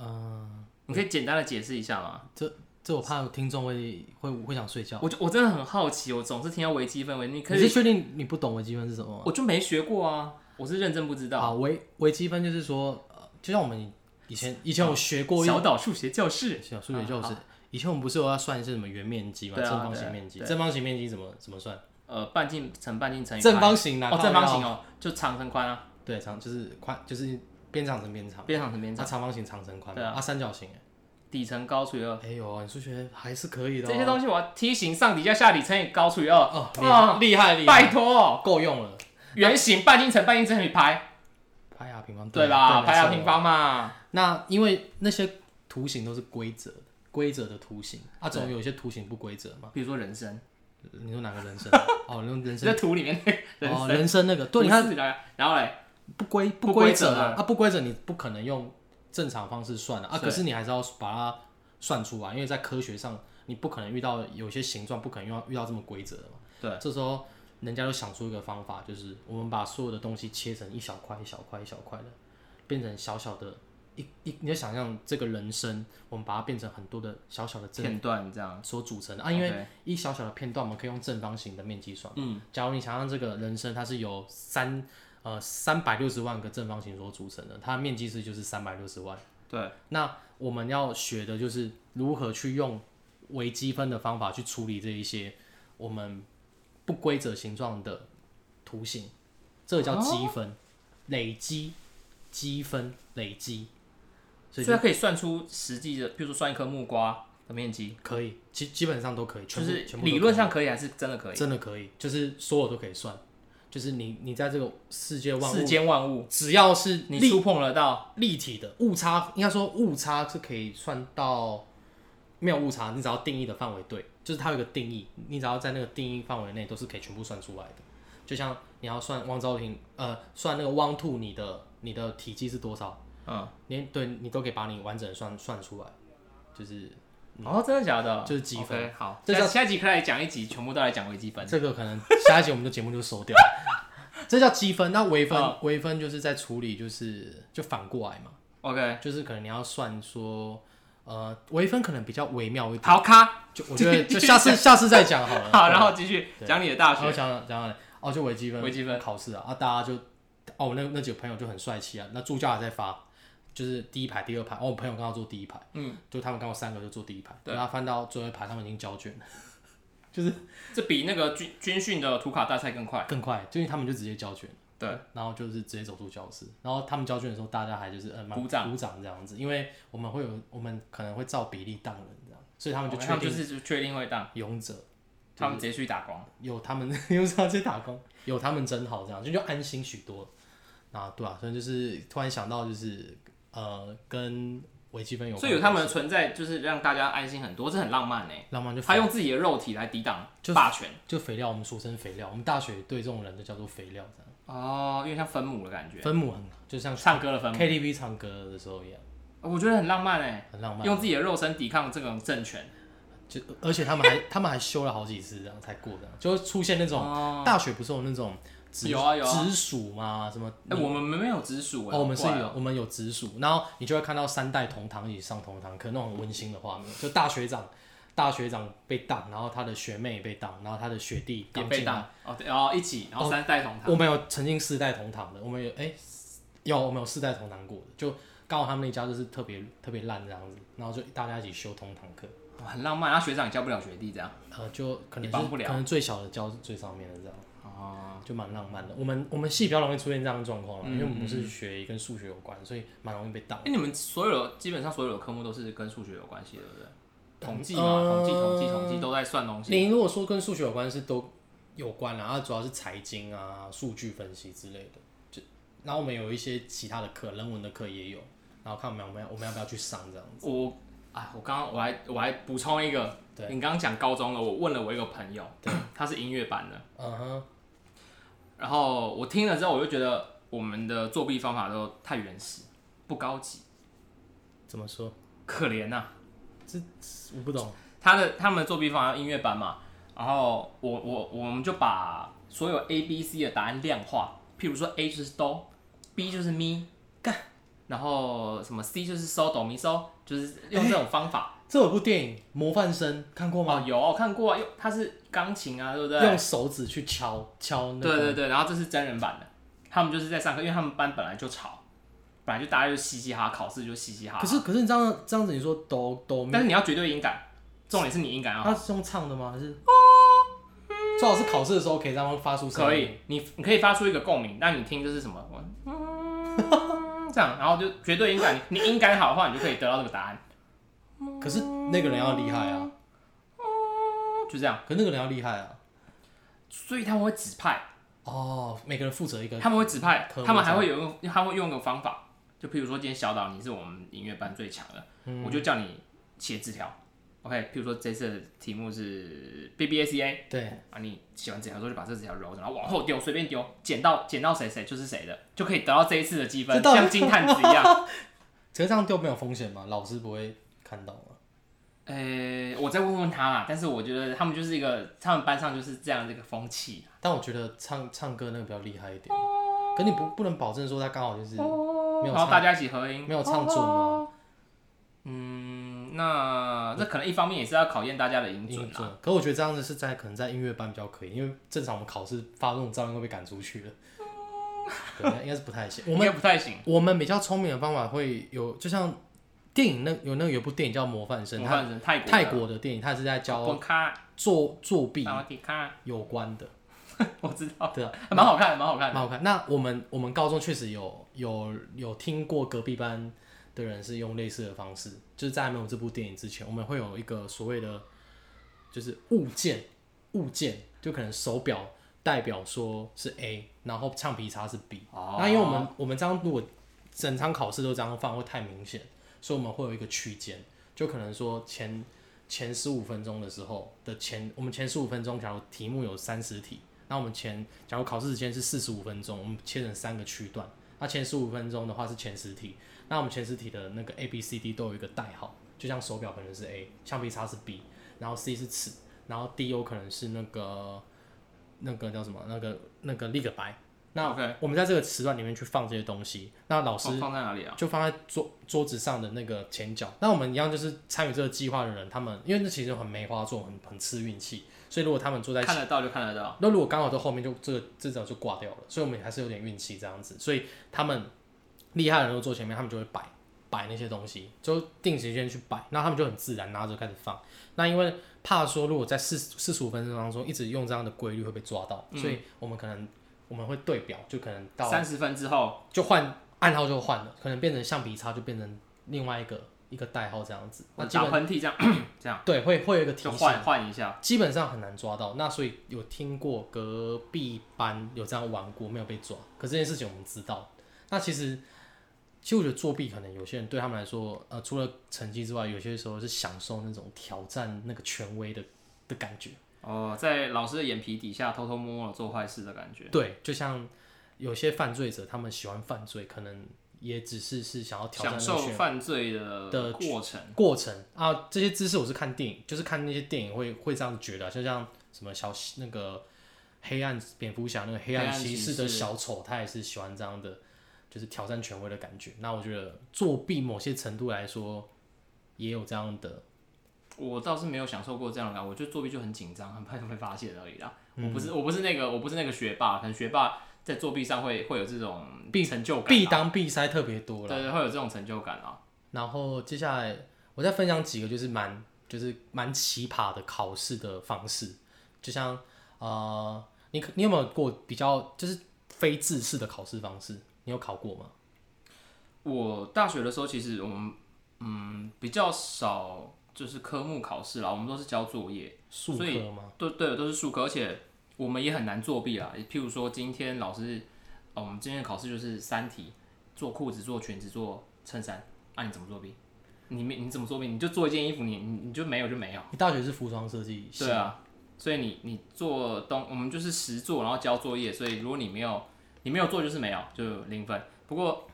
B: 嗯，
A: 你可以简单的解释一下吗？
B: 这这我怕听众会会会想睡觉。
A: 我就我真的很好奇，我总是听到微积分，微你可
B: 你是
A: 以，
B: 确定你不懂微积分是什么吗？
A: 我就没学过啊，我是认真不知道。
B: 啊，微微积分就是说，呃就像我们以前以前有学过一
A: 小岛数学教室，
B: 小数学教
A: 啊
B: 室，以前我们不是有要算是什么圆面积嘛，
A: 对啊
B: 正方形
A: 对
B: 面积，
A: 对
B: 正方形面积怎么怎么算？
A: 呃，半径乘半径乘以
B: 正
A: 宽
B: 方形啊，
A: 哦，
B: 靠
A: 正方
B: 腰
A: 形，哦，就长乘宽啊，
B: 对，长就是宽就是边长乘边长，
A: 边长乘边
B: 那
A: 长，
B: 长方形长乘宽嘛，
A: 对啊
B: 啊三角形，
A: 底乘高除以二，
B: 哎呦，你数学还是可以的哦，
A: 这些东西我要梯形上底加下底乘以高除以二，
B: 哦厉
A: 哇，
B: 厉害厉害，
A: 拜托，
B: 够用了，
A: 圆形半径乘半径乘以拍，
B: 拍亚平方
A: 对吧？
B: 没
A: 拍下
B: 错
A: 平方嘛，
B: 那因为那些图形都是规则，规则的图形，啊，总有一些图形不规则嘛。
A: 比如说人生，
B: 你说哪个 人生？哦，你说人
A: 在
B: 生，
A: 图里面那个人
B: 哦，
A: 生，
B: 人生那个，对，你看
A: 不是的，然后嘞，
B: 不规不
A: 不
B: 规
A: 规
B: 则
A: 则
B: 啊
A: 啊，
B: 啊不规则你不可能用正常方式算的啊，
A: 是
B: 可是你还是要把它算出来，因为在科学上你不可能遇到有些形状不可能遇到遇到这么规则啊的嘛。
A: 对，
B: 这时候人家就想出一个方法，就是我们把所有的东西切成一小块一小块一小块的，变成小小的。一一，你就想象这个人生，我们把它变成很多的小小的正
A: 片段这样，
B: 所组成的啊，因为
A: OK
B: 一小小的片段，我们可以用正方形的面积算。嗯，假如你想象这个人生，它是由三呃三百六十万个正方形所组成的，它的面积是就是三百六十万。
A: 对，
B: 那我们要学的就是如何去用微积分的方法去处理这一些我们不规则形状的图形，这个叫积
A: 哦
B: 分，累积积分累积，
A: 所
B: 所以
A: 以
B: 就
A: 它可以算出实际的，比如说算一颗木瓜的面积，
B: 可以，基基本上都可以，
A: 就
B: 全部
A: 是
B: 全部都
A: 理
B: 可以
A: 论上可以还是真的可以？
B: 真的可以，就是所有都可以算，就是你你在这个世界万物，
A: 世间万物，
B: 只要是
A: 你
B: 立
A: 触碰得到，
B: 立体的误差，应该说误差是可以算到没有误差，你只要定义的范围对，就是它有一个定义，你只要在那个定义范围内都是可以全部算出来的。就像你要算汪兆平，呃，算那个汪兔，你的你的体积是多少，
A: 嗯，
B: 连对你都可以把你完整的算算出来，就是
A: 哦，真的假的？
B: 嗯就是积分
A: OK，好，
B: 这
A: 这
B: 叫
A: 下下一集可以来讲一集，全部都来讲微积分。
B: 这个可能下一集我们的节目就收掉了。 这叫积分，那微分
A: 嗯
B: 微分就是在处理，就是就反过来嘛，
A: OK，
B: 就是可能你要算说，呃，微分可能比较微妙一点。
A: 好咖，
B: 就我觉得就 下次下次再讲好了。
A: 好，然后
B: 对
A: 继续
B: 对
A: 讲你的大
B: 然后
A: 学。
B: 讲了讲了，哦，就微积分，
A: 微积分
B: 考试啊，啊，大家就哦，那那几个朋友就很帅气啊，那助教还在发，就是第一排、第二排，哦，我朋友刚好坐第一排，
A: 嗯，
B: 就他们刚好三个就坐第一排，
A: 对
B: 然后翻到最后一排，他们已经交卷了，
A: 这比那个军军训的图卡大赛更快。
B: 更快，就是他们就直接交卷。
A: 对，
B: 然后就是直接走出教室，然后他们交卷的时候，大家还就是嗯，蛮
A: 鼓掌
B: 鼓掌这样子，因为我们会有我们可能会照比例当人这样，所以他们就
A: 哦他
B: 确
A: 们就
B: 定
A: 是就确定会当，
B: 勇者
A: 他们直接去打光。
B: 有他们， 因为他去打工，有他们真好这样，就就安心许多。啊，对啊，所以就是突然想到就是呃，跟微积分有关，
A: 所以有他们的存在，就是让大家安心很多，这很浪漫呢。欸
B: 浪漫就
A: 他
B: 肥
A: 用自己的肉体来抵挡
B: 就
A: 霸权。
B: 就肥料，我们俗称肥料，我们大学对这种人就叫做肥料这样，
A: 哦，有点像分母的感觉，
B: 分母很就像
A: 唱歌的分母，
B: KTV 唱歌的时候一样，
A: 我觉得很浪漫哎，
B: 很浪漫。
A: 用自己的肉身抵抗这种政权。
B: 就而且他们还他们还修了好几次，这样才过的，就会出现那种、
A: 哦
B: 大学不是有那种直
A: 有啊有啊
B: 直属嘛，什么
A: 哎，我们没有直属哎，
B: 哦，我们是
A: 很怪
B: 有我们有直属，然后你就会看到三代同堂一起上同堂课那种很温馨的画面，就大学长大学长被当，然后他的学妹也被当，然后他的学弟
A: 也
B: 刚
A: 被
B: 进来，
A: 当哦，对，然后一起，然后三代同堂。
B: 我们有曾经四代同堂的，我们有哎、有我们有四代同堂过的，就刚好他们那家就是特别特别烂这样子，然后就大家一起修同堂课。
A: 哇很浪漫，然后学长也教不了学弟这样。
B: 呃，就可能
A: 你
B: 就
A: 帮
B: 是
A: 不了
B: 可能最小的教最上面的这样，
A: 哦，
B: 就蛮浪漫的。我们我们系比较容易出现这样的状况了，
A: 嗯
B: 因为我们不是学跟数学有关，所以蛮容易被当
A: 哎、。你们所有基本上所有的科目都是跟数学有关系的，对不对？统计嘛，
B: 呃
A: 统计、统计、统计都在算东西。
B: 你如果说跟数学有关是都有关啦，啊，主要是财经啊、数据分析之类的。就然后我们有一些其他的课，人文的课也有，然后看我们我们要我们要不要去上这样。
A: 我啊，我刚刚我还我还补充一个，
B: 对
A: 你刚刚讲高中了，我问了我一个朋友，他是音乐班的，
B: 嗯哼，
A: 然后我听了之后，我就觉得我们的作弊方法都太原始，不高级，
B: 怎么说？
A: 可怜呐、啊
B: 我不懂。
A: 他的他们的作弊方向音乐班嘛，然后我我我们就把所有 A B C 的答案量化，譬如说 A 就是哆，B 就是咪，干，然后什么 C 就是收哆咪收，就是用这种方法。
B: 这有部电影《模范生》看过
A: 哦
B: 吗，？
A: 有我看过啊，用它是钢琴啊，对不对？
B: 用手指去敲敲那个。
A: 对对对，然后这是真人版的，他们就是在上课，因为他们班本来就吵，本来就大家就嘻嘻哈，考试就嘻嘻哈哈。
B: 可是可是你这样这样子，你说哆哆咪
A: 但是你要绝对音感，重点是你音感要好
B: 他是用唱的吗？还是？最好是考试的时候可以让他们发出声音。
A: 哦可以，你你可以发出一个共鸣，让你听就是什么，我嗯这样，然后就绝对音感，你你音感好的话，你就可以得到这个答案，
B: 可是那个人要厉害啊，
A: 就这样。
B: 可是那个人要厉害啊。
A: 所以他们会指派，
B: 哦，每个人负责一个。
A: 他们会指派
B: 科目，
A: 他们还会有一个，他会用一个方法，就譬如说今天小岛你是我们音乐班最强的，我就叫你写纸条。OK，譬如说这次的题目是 BBACA，
B: 对，
A: 啊，你写完纸条之后就把这纸条揉着，然后往后丢，随便丢，捡到捡到谁谁就是谁的，就可以得到这一次的积分，
B: 这到底
A: 像金探子一 样。
B: 可是这样丢没有风险吗？老师不会看到吗？
A: 呃、我再问问他啦，但是我觉得他们就是一个，他们班上就是这样的一个风气。
B: 但我觉得唱唱歌那个比较厉害一点，可你不不能保证说他刚好就是没有
A: 然后大
B: 唱
A: 家一起合音，
B: 没有唱准吗？
A: 嗯，那这可能一方面也是要考验大家的音准
B: 音
A: 啦。
B: 准。可我觉得这样子是在可能在音乐班比较可以，因为正常我们考试发这种噪音会被赶出去的。对，应该是不太行。我
A: 应
B: 们
A: 该不太行。
B: 我们比较聪明的方法会有，就像电影那有那个有部电影叫《模范生》，
A: 模
B: 他
A: 范生哦泰国
B: 泰国的电影，他是在教
A: 崩卡
B: 作作弊
A: 萨瓦迪卡，
B: 有关的，
A: 我知道，
B: 对啊，
A: 还蛮好看的，蛮好看
B: 蛮
A: 的。
B: 好看。那我们我们高中确实有有有听过隔壁班的人是用类似的方式，就是在还没有这部电影之前，我们会有一个所谓的就是物件物件，就可能手表代表说是 A，然后橡皮擦是 B。
A: 哦
B: 那因为我们我们这样如果整场考试都这样放会太明显，所以我们会有一个区间，就可能说前前十五分钟的时候的前，我们前十五分钟，假如题目有三十题，那我们前假如考试时间是四十五分钟，我们切成三个区段。那前十五分钟的话是前十题，那我们前十题的那个 A、B、C、D 都有一个代号，就像手表可能是 A，橡皮擦是 B，然后 C 是尺，然后 D 有可能是那个那个叫什么？那个那个立个白。那
A: OK
B: 我们在这个时段里面去放这些东西，那老师
A: 哦放在哪里啊？
B: 就放在桌桌子上的那个前角。那我们一样就是参与这个计划的人，他们因为那其实很梅花座，很很吃运气，所以如果他们坐在
A: 看得到就看得到。
B: 那如果刚好在后面就这个这招就挂掉了，所以我们还是有点运气这样子。所以他们厉害的人都坐前面，他们就会摆摆那些东西，就定时间去摆，那他们就很自然拿着开始放。那因为怕说如果在四四十五分钟当中一直用这样的规律会被抓到，所以我们可能我们会对表，就可能到
A: 三十分之后，
B: 就换暗号就换了，可能变成橡皮擦就变成另外一个一个代号这样子。那基
A: 打
B: 本
A: 喷嚏这样 这样，
B: 对会会有一个提
A: 就
B: 醒，
A: 换换一下。
B: 基本上很难抓到。那所以有听过呃隔壁班有这样玩过，没有被抓。可这件事情我们知道。那其实，其实我觉得作弊可能有些人对他们来说，呃，除了成绩之外，有些时候是享受那种挑战那个权威的的感觉。
A: 哦，在老师的眼皮底下偷偷摸摸的做坏事的感觉。
B: 对，就像有些犯罪者，他们喜欢犯罪，可能也只是是想要哦挑战
A: 享
B: 那个
A: 受
B: 权威
A: 犯罪的
B: 的
A: 过程，
B: 过程啊，这些知识我是看电影，就是看那些电影会会这样觉得啊、就像什么小那个黑暗蝙蝠侠那个黑
A: 黑
B: 暗
A: 暗
B: 骑
A: 骑
B: 士的
A: 士
B: 小丑，他也是喜欢这样的，就是挑战权威的感觉。那我觉得作弊某些程度来说，也有这样的，
A: 我倒是没有享受过这样的感觉。我觉得作弊就很紧张，很怕被发现而已啦。
B: 嗯
A: 我不是，我不是那个，我不是那个学霸，可能学霸在作弊上会会有这种
B: 必
A: 成就感啊，
B: 必当必塞特别多
A: 对
B: 了。
A: 对，会有这种成就感啊。
B: 然后接下来我再分享几个就是蛮就是蛮奇葩的考试的方式，就像呃，你可你有没有过比较就是非自式的考试方式？你有考过吗？
A: 我大学的时候，其实我们嗯比较少就是科目考试啦，我们都是交作业。
B: 数
A: 所以
B: 科吗？
A: 对对，都是数科，而且我们也很难作弊啦。譬如说，今天老师，呃，我们今天的考试就是三题，做裤子、做裙子、做衬衫，啊，你怎么作弊？你没你怎么作弊？你就做一件衣服，你你你就没有就没有。
B: 你大学是服装设计系
A: 对，啊，所以你你做东，我们就是实做，然后交作业。所以如果你没有你没有做，就是没有，就零分。不过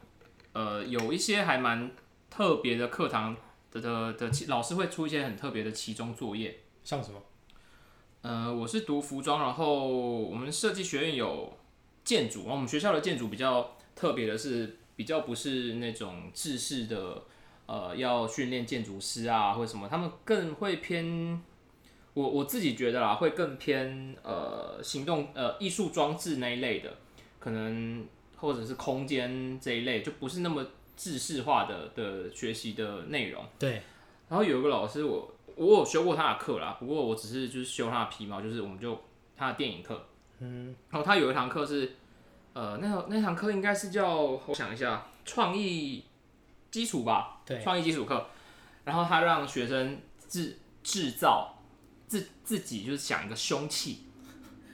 A: 呃，有一些还蛮特别的课堂的的的期老师会出一些很特别的期中作业。
B: 像什么？
A: 呃，我是读服装，然后我们设计学院有建筑，然后我们学校的建筑比较特别的是，比较不是那种制式的，呃，要训练建筑师啊或者什么，他们更会偏，我我自己觉得啦，会更偏呃行动呃艺术装置那一类的，可能或者是空间这一类，就不是那么制式化的的学习的内容。
B: 对，
A: 然后有一个老师我，我有修过他的课啦，不过我只是就是修他的皮毛，就是我们就他的电影课，嗯，然后他有一堂课是，呃，那堂那堂课应该是叫我想一下，创意基础吧，
B: 对
A: 创意基础课，然后他让学生制制造自自己就是想一个凶器，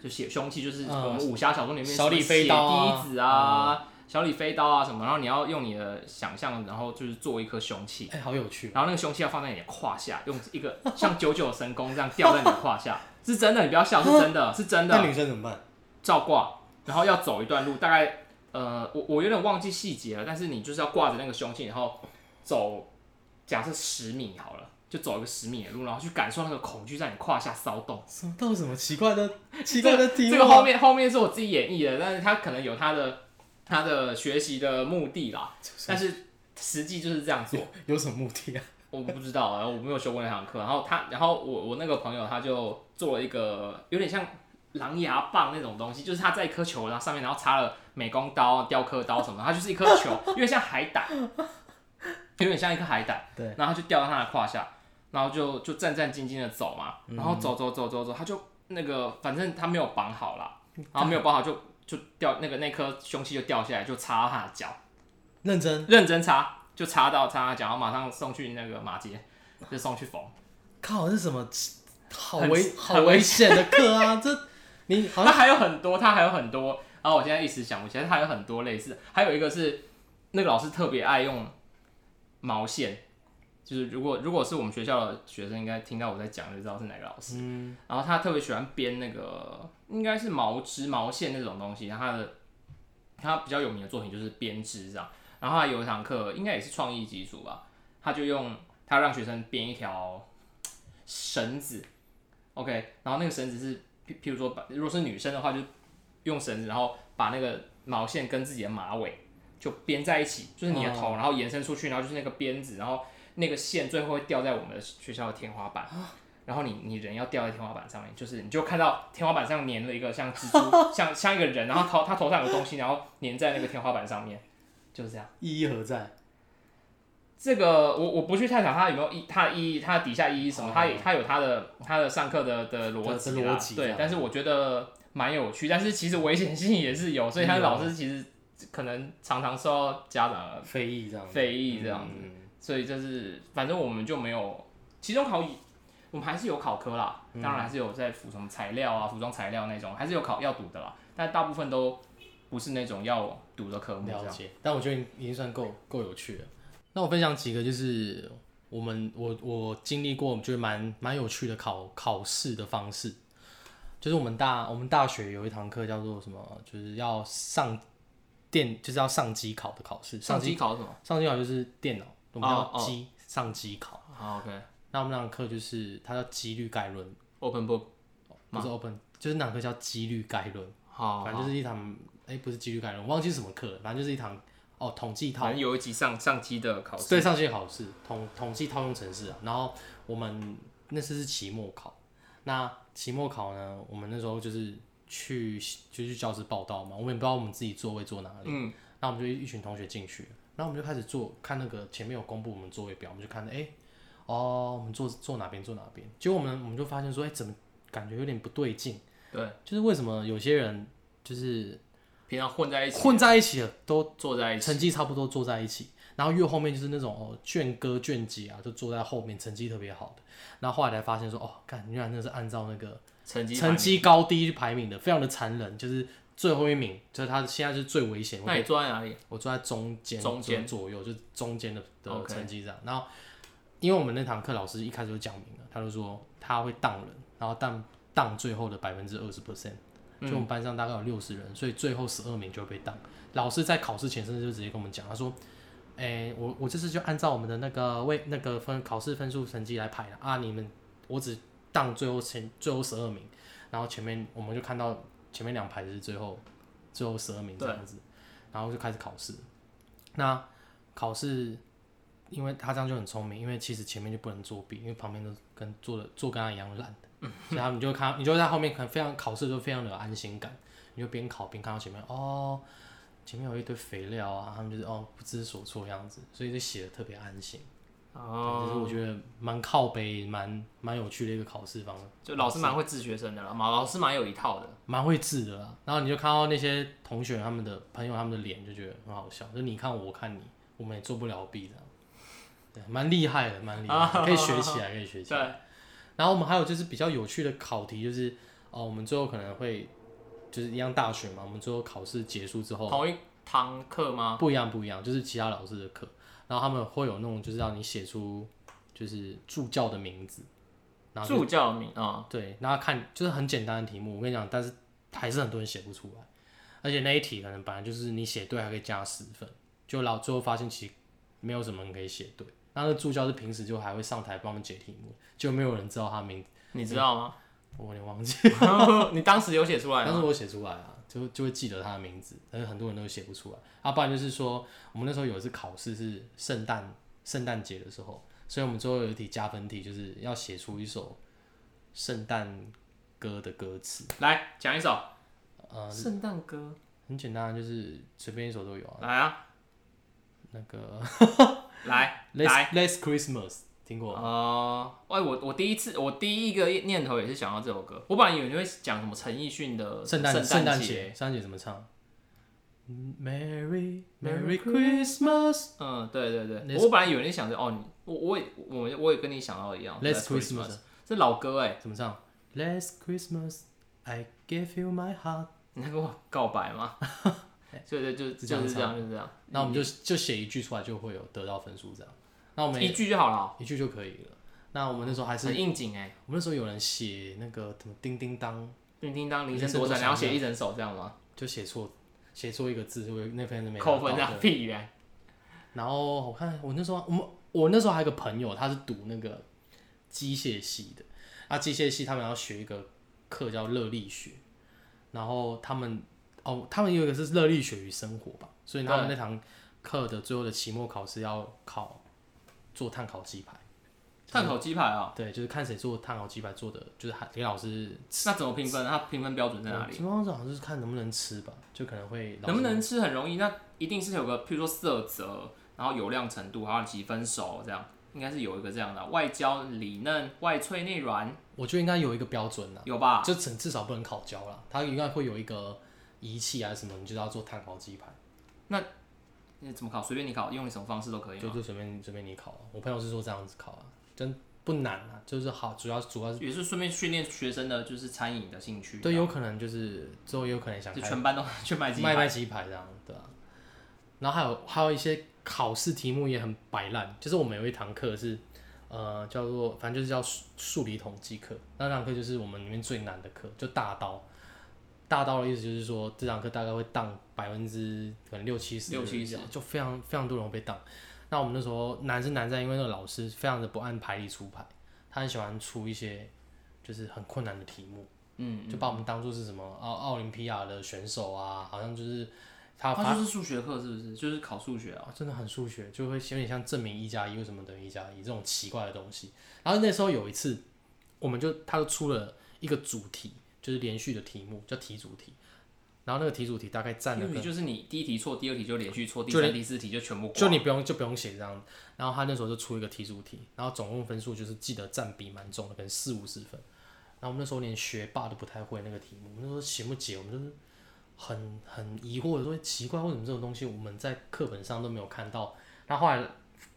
A: 就写凶器就是
B: 嗯
A: 我们武侠小说里面
B: 小李飞刀啊
A: 啊，小李飞刀啊什么，然后你要用你的想象，然后就是做一颗凶器，
B: 哎、好有趣，
A: 然后那个凶器要放在你的胯下，用一个像九九神功这样吊在你的胯下，是真的，你不要笑，是真的，是真
B: 那
A: 的，啊
B: 女生怎么办？
A: 照挂，然后要走一段路，大概呃，我我有点忘记细节了，但是你就是要挂着那个凶器，然后走，假设十米好了，就走一个十米的路，然后去感受那个恐惧在你胯下骚动。
B: 什么到底什么奇怪 的奇怪的题目？啊
A: 这个后面后面是我自己演绎的，但是他可能有他的他的学习的目的啦，但是实际就是这样做。
B: 有什么目的 啊？
A: 我不知道啊，我没有修过那堂课。然后他，然后我我那个朋友他就做了一个有点像狼牙棒那种东西，就是他在一颗球，然后上面然后插了美工刀、雕刻刀什么的，它就是一颗球，有点像海胆，有点像一颗海胆。
B: 对，
A: 然后就掉到他的胯下，然后就就战战兢兢的走嘛，然后走走走走走，他就那个反正他没有绑好啦，然后没有绑好就就掉那个那颗凶器就掉下来，就插到他的脚。
B: 认真，
A: 认真擦，就擦到擦脚，然后马上送去那个马街，就送去缝。
B: 靠，这是什么奇好
A: 很
B: 危
A: 很
B: 好
A: 危
B: 危险的课啊？这你好
A: 它
B: 像
A: 还有很多，它还有很多，然后我现在一时想不起来，它还有很多类似，还有一个是那个老师特别爱用毛线，就是如果如果是我们学校的学生，应该听到我在讲就知道是哪个老师。
B: 嗯，
A: 然后他特别喜欢编那个应该是毛织、毛线那种东西。然后他的他比较有名的作品就是编织这样。然后他有一堂课应该也是创意基础吧，他就用他让学生编一条绳子，OK，然后那个绳子是譬譬如说把如果是女生的话，就用绳子然后把那个毛线跟自己的马尾就编在一起，就是你的头，然后延伸出去，然后就是那个鞭子，然后那个线最后会掉在我们的学校的天花板。然后你你人要掉在天花板上面，就是你就看到天花板上粘了一个像蜘蛛，像像一个人，然后头他头上有东西，然后粘在那个天花板上面，就是这样。
B: 意义何在？
A: 这个我我不去探讨它有没有意，它的意义，它底下意义是什么，
B: 哦
A: 它也它有它的它的上课的的逻辑啊啦
B: 的逻辑这
A: 对
B: 样，
A: 但是我觉得蛮有趣，但是其实危险性也是有，所以他老师其实可能常常受到家长的
B: 非议这样子，
A: 呃非议这样子，
B: 嗯
A: 所以就是反正我们就没有，期中考我们还是有考科啦，当然还是有在服什么材料啊、服装材料那种，还是有考要读的啦，但大部分都不是那种要读的科目这
B: 了
A: 样。
B: 解，但我觉得已经算够够有趣了。那我分享几个，就是我们我我经历过，我觉得蛮蛮有趣的考考试的方式，就是我们大我们大学有一堂课叫做什么，就是要上电，就是要上机考的考试，
A: 上
B: 上
A: 机考什么？
B: 上机考就是电脑，我们
A: 哦
B: 叫机、上机考。
A: 好，OK。啊
B: 那我们那堂课就是它叫几率概论，
A: Open book，
B: 不是 open，就是那堂课叫几率概论，
A: 好，
B: 反正就是一堂，哎、不是几率概论，我忘记是什么课了，反正就是一堂哦统计套
A: 反正有一集上上机的考试，
B: 对，上学考试统统计套用程式啊。然后我们那次是期末考，那期末考呢，我们那时候就是去就去教室报道嘛，我们也不知道我们自己座位坐哪里，嗯，那我们就一一群同学进去，然后我们就开始坐，看那个前面有公布我们座位表，我们就看，哎、哦，我们坐坐哪边坐哪边，结果我们我们就发现说，哎、怎么感觉有点不对劲，
A: 对，
B: 就是为什么有些人就是
A: 平常混在一起，
B: 混在一起了都
A: 坐在一起，
B: 成绩差不多坐在一起，然后越后面就是那种哦卷哥卷姐啊，就坐在后面，成绩特别好的。然后后来才发现说，哦，看原来那是按照那个
A: 成绩
B: 成绩高低去排名的，非常的残忍，就是最后一名，就是他现在是最危险。
A: 那啊
B: 我
A: 你坐在哪里？
B: 我坐在中间，
A: 中间
B: 左右，就是中间的的
A: OK
B: 成绩这样。然后因为我们那堂课老师一开始就讲明了，他就说他会当人，然后当当最后的百分之二十 percent。就
A: 嗯
B: 我们班上大概有六十人，所以最后十二名就会被当。老师在考试前甚至就直接跟我们讲，他说：“哎、我我这次就按照我们的那个为那个分考试分数成绩来排了啊，你们我只当最后前最后十二名，然后前面我们就看到前面两排是最后最后十二名这样子，然后就开始考试。那考试，因为他这样就很聪明，因为其实前面就不能作弊，因为旁边都跟做的做跟他一样烂的，所以他们就看你就在后面可能非常考试就非常的有安心感，你就边考边看到前面哦。前面有一堆肥料啊，他们就是哦不知所措的样子，所以就写的特别安心。
A: 哦，
B: 就是我觉得蛮靠背，蛮蛮有趣的一个考试方式，
A: 就老师蛮会治学生的啦，嘛老师蛮有一套的。
B: 蛮会治的啦。然后你就看到那些同学他们的朋友他们的脸，就觉得很好笑，就你看我，我看你，我们也做不了弊这样。对，蛮厉害的，蛮厉害的，可以学起来，可以学起来。
A: 对，
B: 然后我们还有就是比较有趣的考题，呃就是哦，我们最后可能会就是一样大学嘛，我们最后考试结束之后，
A: 同一堂课吗？
B: 不一样，不一样，就是其他老师的课，然后他们会有那种就是让你写出就是助教的名字，然后就
A: 助教名啊，
B: 对，然后看就是很简单的题目，我跟你讲，但是还是很多人写不出来，而且那一题可能本来就是你写对还可以加十分，就老最后发现其实没有什么人可以写对，那那助教是平时就还会上台帮我们解题目，就没有人知道他的名字，
A: 你知道吗？
B: 我有点忘记，嗯
A: 你当时有写出来
B: 但
A: 吗？
B: 是我写出来啊，就就会记得他的名字，但是很多人都写不出来。啊，不然就是说，我们那时候有一次考试是圣诞圣诞节的时候，所以我们最后有一题加分题，就是要写出一首圣诞歌的歌词。
A: 来讲一首
B: 呃，
A: 圣诞歌，
B: 很简单，啊就是随便一首都有啊。
A: 来啊，
B: 那个
A: 来来
B: Let's Let's Christmas 听过吗？
A: 哦，哎、我我第一次，我第一个念头也是想到这首歌。我本来以为你会讲什么陈奕迅的
B: 圣诞圣
A: 诞
B: 诞，节圣诞节怎么唱？Merry
A: Merry
B: Merry Christmas，Let's
A: 嗯，对对对
B: Let's-
A: 我本来以为你想着哦，你我我也我我也跟你想到的一样
B: Christmas
A: 这老歌哎、
B: 怎么唱？Last Christmas, I gave you my heart。
A: 你在跟我告白 吗？对对，就
B: 就
A: 就
B: 这样
A: 是这样，就是这样，
B: 那我们就就写一句出来，就会有得到分数这样。那我们
A: 一
B: 也
A: 句就好了，
B: 一句就可以了。那我们那时候还是
A: 很应景哎、
B: 我们那时候有人写那个什么叮叮当，
A: 叮叮当，铃
B: 铃
A: 声
B: 声
A: 多
B: 多
A: 闪，
B: 闪
A: 然后写一整首这样吗？
B: 就写错写错一个字，就会那篇就没拿到
A: 扣分啊，
B: 对
A: 屁哎、
B: 然后我看我那时候我们我那时候还有个朋友，他是读那个机械系的，啊，机械系他们要学一个课叫热力学，然后他们哦，他们有一个是热力学与生活吧，所以他们那堂课的最后的期末考试要考做碳烤鸡排，
A: 碳烤鸡排啊、
B: 对，就是看谁做碳烤鸡排做的，就是还给老师
A: 那怎么评分？它评分标准在哪里？
B: 情况好像就是看能不能吃吧，就可能会老师
A: 能不能吃很容易，那一定是有个，譬如说色泽，然后油亮程度，还有几分熟这样，应该是有一个这样的啊外焦里嫩，外脆内软，
B: 我觉得应该有一个标准啦。
A: 有吧？
B: 就啊至至少不能烤焦啦，它应该会有一个仪器啊什么，你就要做碳烤鸡排，
A: 你怎么烤？随便你烤，用你什么方式都可以啊
B: 就
A: 嘛。
B: 就随便随便你烤啊、我朋友是说这样子烤啊，真不难啊，就是好，主要主要是
A: 也是顺便训练学生的就是餐饮的兴趣，
B: 对，有可能就是之后也有可能想
A: 就
B: 开
A: 全班都 去卖鸡
B: 卖
A: 排。
B: 卖鸡排这样，对啊。然后还有还有一些考试题目也很摆烂，就是我们有一堂课是呃叫做反正就是叫数数理统计课，那堂课就是我们里面最难的课，就大刀。大刀的意思就是说，这堂课大概会当百分之可能六七十的人，
A: 六七十
B: 就非常非常多人会被当。那我们那时候难是难在，因为那个老师非常的不按牌理出牌，他很喜欢出一些就是很困难的题目。
A: 嗯，
B: 就把我们当做是什么奥奥林匹亚的选手啊，好像就是他
A: 它
B: 发、
A: 就是数学课是不是？就是考数学啊。
B: 啊真的很数学，就会有点像证明一加一为什么等于一加一这种奇怪的东西。然后那时候有一次，我们就他就出了一个主题，就是连续的题目叫题主题，然后那个题主题大概占了
A: 因为就是你第一题错，第二题就连续错，第
B: 就
A: 三、第四题就全部
B: 就
A: 过。
B: 你不用就不用写这样。然后他那时候就出一个题主题，然后总共分数就是记得占比蛮重的，可能四五十分。然后我们那时候连学霸都不太会那个题目，我们那时候写不解，我们就是很很疑惑，说奇怪为什么这种东西我们在课本上都没有看到。然后后来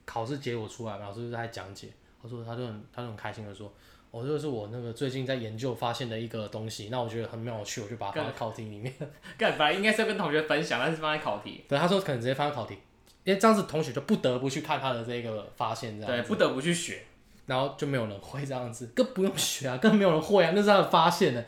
B: 考试结果出来，老师就在讲解，他说他就很他就很开心的说。哦，这个是我那个最近在研究发现的一个东西，那我觉得很蛮有趣，我就把它放在考题里面。
A: 干，本来应该是要跟同学分享，但是放在考题，
B: 对，他说可能直接发考题，因为这样子同学就不得不去看他的这个发现，这样
A: 对，不得不去学。
B: 然后就没有人会这样子，更不用学啊，更没有人会啊，那是他的发现呢。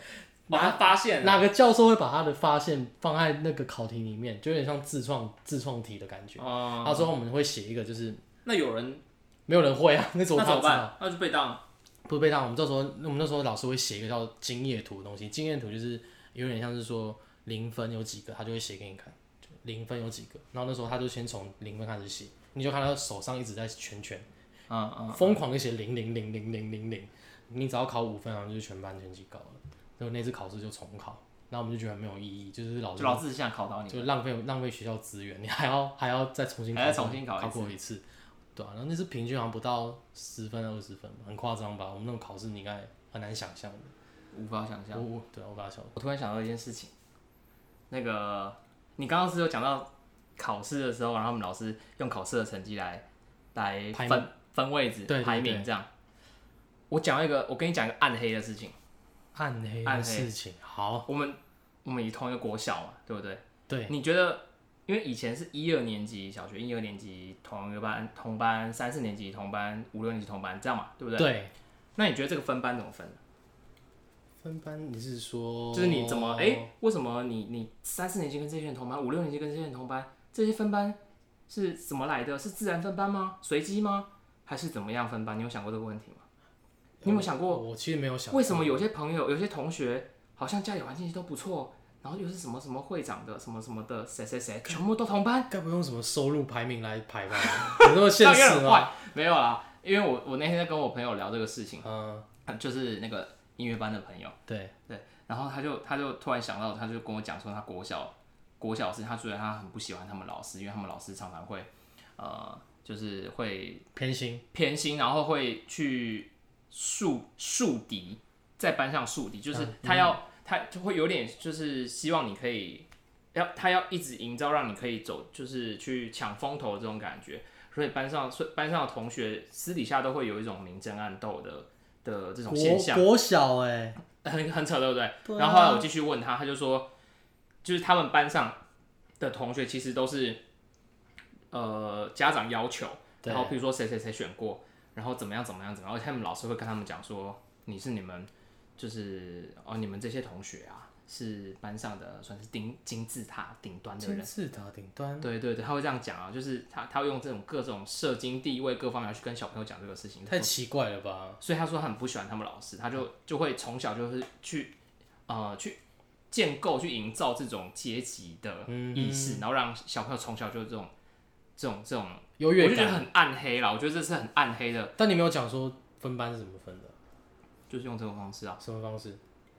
A: 哇，他发现了
B: 哪个教授会把他的发现放在那个考题里面，就有点像自创自创题的感觉。
A: 哦，
B: 他说我们会写一个，就是
A: 那有人
B: 没有人会啊，那时候
A: 那怎
B: 他
A: 么
B: 知道。
A: 办？那就被当。
B: 不被当，我们到时候我们那时候老师会写一个叫经验图的东西，经验图就是有点像是说零分有几个，他就会写给你看，就零分有几个。然后那时候他就先从零分开始写，你就看他手上一直在圈圈，
A: 嗯嗯，
B: 疯狂的写零零零零零零零，你只要考五分，好像就是全班成绩高了。就那次考试就重考，然后我们就觉得没有意义，就是老师
A: 就老自己想考到你，
B: 就浪费浪费学校资源，你还要还要再重新
A: 还要
B: 考
A: 重新考一
B: 考过一次，对啊，然后那次平均好像不到十分二十分吧，很夸张吧？我们那种考试你应该很难想象的。
A: 无法想象。
B: 我我对啊，我把它想
A: 我突然想到一件事情，那个你刚刚是有讲到考试的时候，然后我们老师用考试的成绩来来
B: 排
A: 分分位置、
B: 对对
A: 排
B: 对
A: 名这样。我讲一个，我跟你讲一个暗黑的事情。
B: 暗黑
A: 暗
B: 的
A: 黑
B: 事情，好，
A: 我们我们也同一个国小嘛，对不对？
B: 哦对，
A: 你觉得因为以前是一二年级小学，一二年级同一个班同班，三四年级同班，五六年级同班，这样嘛，对不对？
B: 对，
A: 那你觉得这个分班怎么分？
B: 分班你是说呃
A: 就是你怎么哎、
B: 哦
A: 为什么你你三四年级跟这些人同班，五六年级跟这些人同班，这些分班是怎么来的？是自然分班吗？随机吗？还是怎么样分班？你有想过这个问题吗？你有没有想过
B: 我我其实没有想
A: 为什么有些朋友、有些同学好像家里环境都不错，然后又是什么什么会长的、什么什么的谁谁谁，全部都同班，
B: 该不用什么收入排名来排 吧？有那么现
A: 这样
B: 实啊
A: 有点
B: 吗？
A: 坏。没有啦，因为我我那天在跟我朋友聊这个事情，
B: 嗯，
A: 就是那个音乐班的朋友。
B: 对，
A: 对，然后他就他就突然想到，他就跟我讲说，他国小国小是他觉得他很不喜欢他们老师，因为他们老师常常会呃，就是会
B: 偏心，
A: 偏心，然后会去树树敌，在班上树敌，就是他要、他就会有点就是希望你可以要他要一直营造让你可以走，就是去抢风头的这种感觉。所以班上，所以班上的同学私底下都会有一种明争暗斗的的这种现
B: 国
A: 象。
B: 国小哎，
A: 很很扯，对不对？
B: 对啊
A: 然后后来我继续问他，他就说，就是他们班上的同学其实都是，呃，家长要求，
B: 对
A: 然后比如说谁谁谁选过，然后怎么样怎么样怎么样，而且他们老师会跟他们讲说，你是你们就是哦，你们这些同学啊，是班上的算是顶金字塔顶端的人
B: 金。字塔顶端，
A: 对对对，他会这样讲啊，就是他他会用这种各种社经地位各方面去跟小朋友讲这个事情，
B: 太奇怪了吧？
A: 所以他说他很不喜欢他们老师，他
B: 嗯
A: 就就会从小就是去呃去建构、去营造这种阶级的意
B: 嗯
A: 识，然后让小朋友从小就有这种这种这种
B: 优越
A: 我就觉得
B: 感。
A: 很暗黑啦。我觉得这是很暗黑的，
B: 但你没有讲说分班是怎么分的，
A: 就是用这种方式啊，
B: 什么方式？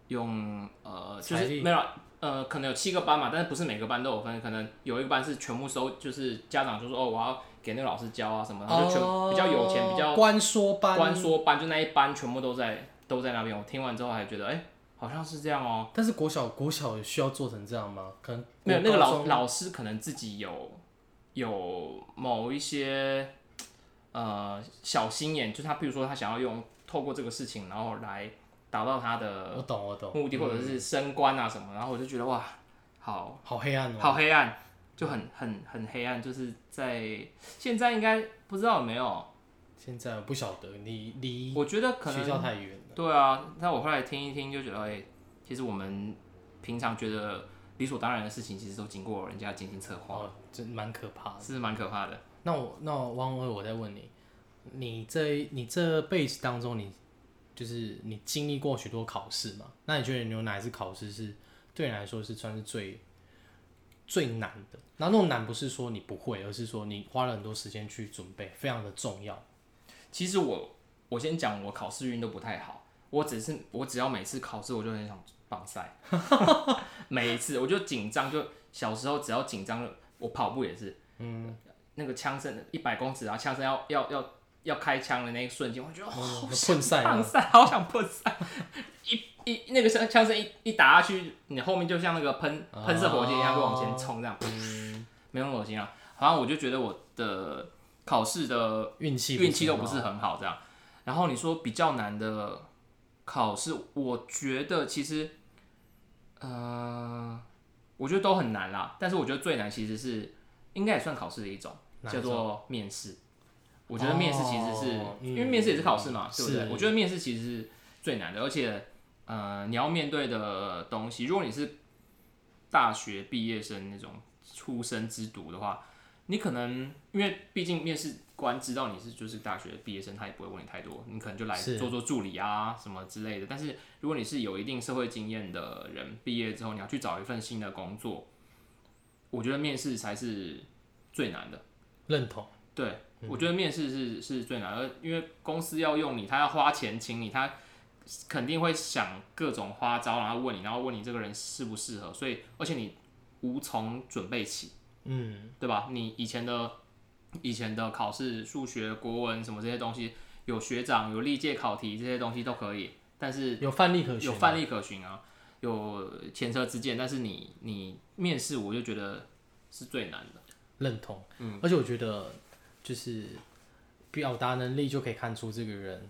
A: 用呃就
B: 财
A: 是
B: 力
A: 没有啦呃可能有七个班嘛，但是不是每个班都有分，可能有一个班是全部收，就是家长就说哦我要给那个老师教啊什么，然后就全、
B: 哦
A: 比较有钱比较
B: 官说班，
A: 官说班，就那一班全部都在都在那边。我听完之后还觉得，哎、好像是这样哦、
B: 但是国小国小需要做成这样吗？可能
A: 没有那个
B: 国高
A: 老
B: 中
A: 老师可能自己有有某一些呃小心眼，就是他比如说他想要用透过这个事情，然后来达到他
B: 我
A: 的
B: 懂我懂，
A: 呃
B: 嗯
A: 目的，或者是升官啊什么。然后我就觉得哇，好
B: 好黑暗哦、
A: 好黑暗，就很很很黑暗，就是在现在应该不知道有没有，
B: 现在我不晓得离离
A: 我觉得可能
B: 学校太远，
A: 对啊，但我后来听一听就觉得，哎、其实我们平常觉得理所当然的事情，其实都经过人家精心策划，
B: 哦，真蛮可怕的。
A: 是蛮可怕的。
B: 那我那我汪二，我再问你，你这你这辈子当中你，就是你经历过许多考试嘛？那你觉得你有哪一次考试是对你来说是算是最最难的？然后那种难不是说你不会，而是说你花了很多时间去准备，非常的重要。
A: 其实我我先讲，我考试运都不太好，我只是我只要每次考试，我就很想棒赛， 每一次我就紧张，就小时候只要紧张，我跑步也是，嗯，那个枪声一百公尺啊，枪声要要要要开枪的那一瞬间，我觉得哦，好
B: 混赛
A: 棒
B: 吗？
A: 赛，好想破赛！ 一一那个枪枪声一一打下去，你后面就像那个喷喷射火箭一样，会往前冲，这样，没有那么恶心啊。好像我就觉得我的考试的
B: 运气
A: 运气都
B: 很
A: 不
B: 好
A: 是很好，这样。然后你说比较难的考试，我觉得其实，呃，我觉得都很难啦。但是我觉得最难其实是应该也算考试的一种，
B: 哪一
A: 叫
B: 种
A: 做面试。我觉得面试其实是、
B: 哦
A: 因为面试也是考试嘛
B: 嗯，
A: 对不对？
B: 是
A: 我觉得面试其实是最难的，而且呃，你要面对的东西，如果你是大学毕业生那种出生之犊的话，你可能因为毕竟面试官知道你是就是大学毕业生，他也不会问你太多，你可能就来
B: 是
A: 做做助理啊什么之类的。但是如果你是有一定社会经验的人，毕业之后你要去找一份新的工作，我觉得面试才是最难的。
B: 认同，
A: 对，
B: 嗯
A: 我觉得面试是是最难的，因为公司要用你，他要花钱请你，他肯定会想各种花招，然后问你，然后问你这个人适不适合，所以而且你无从准备起，
B: 嗯，
A: 对吧？你以前的以前的考试、数学、国文什么这些东西，有学长、有历届考题这些东西都可以，但是
B: 有范例可循
A: 有
B: 啊，
A: 范例可循啊，有前车之鉴，但是你你面试，我就觉得是最难的。
B: 认同，嗯，而且我觉得就是表达能力就可以看出这个人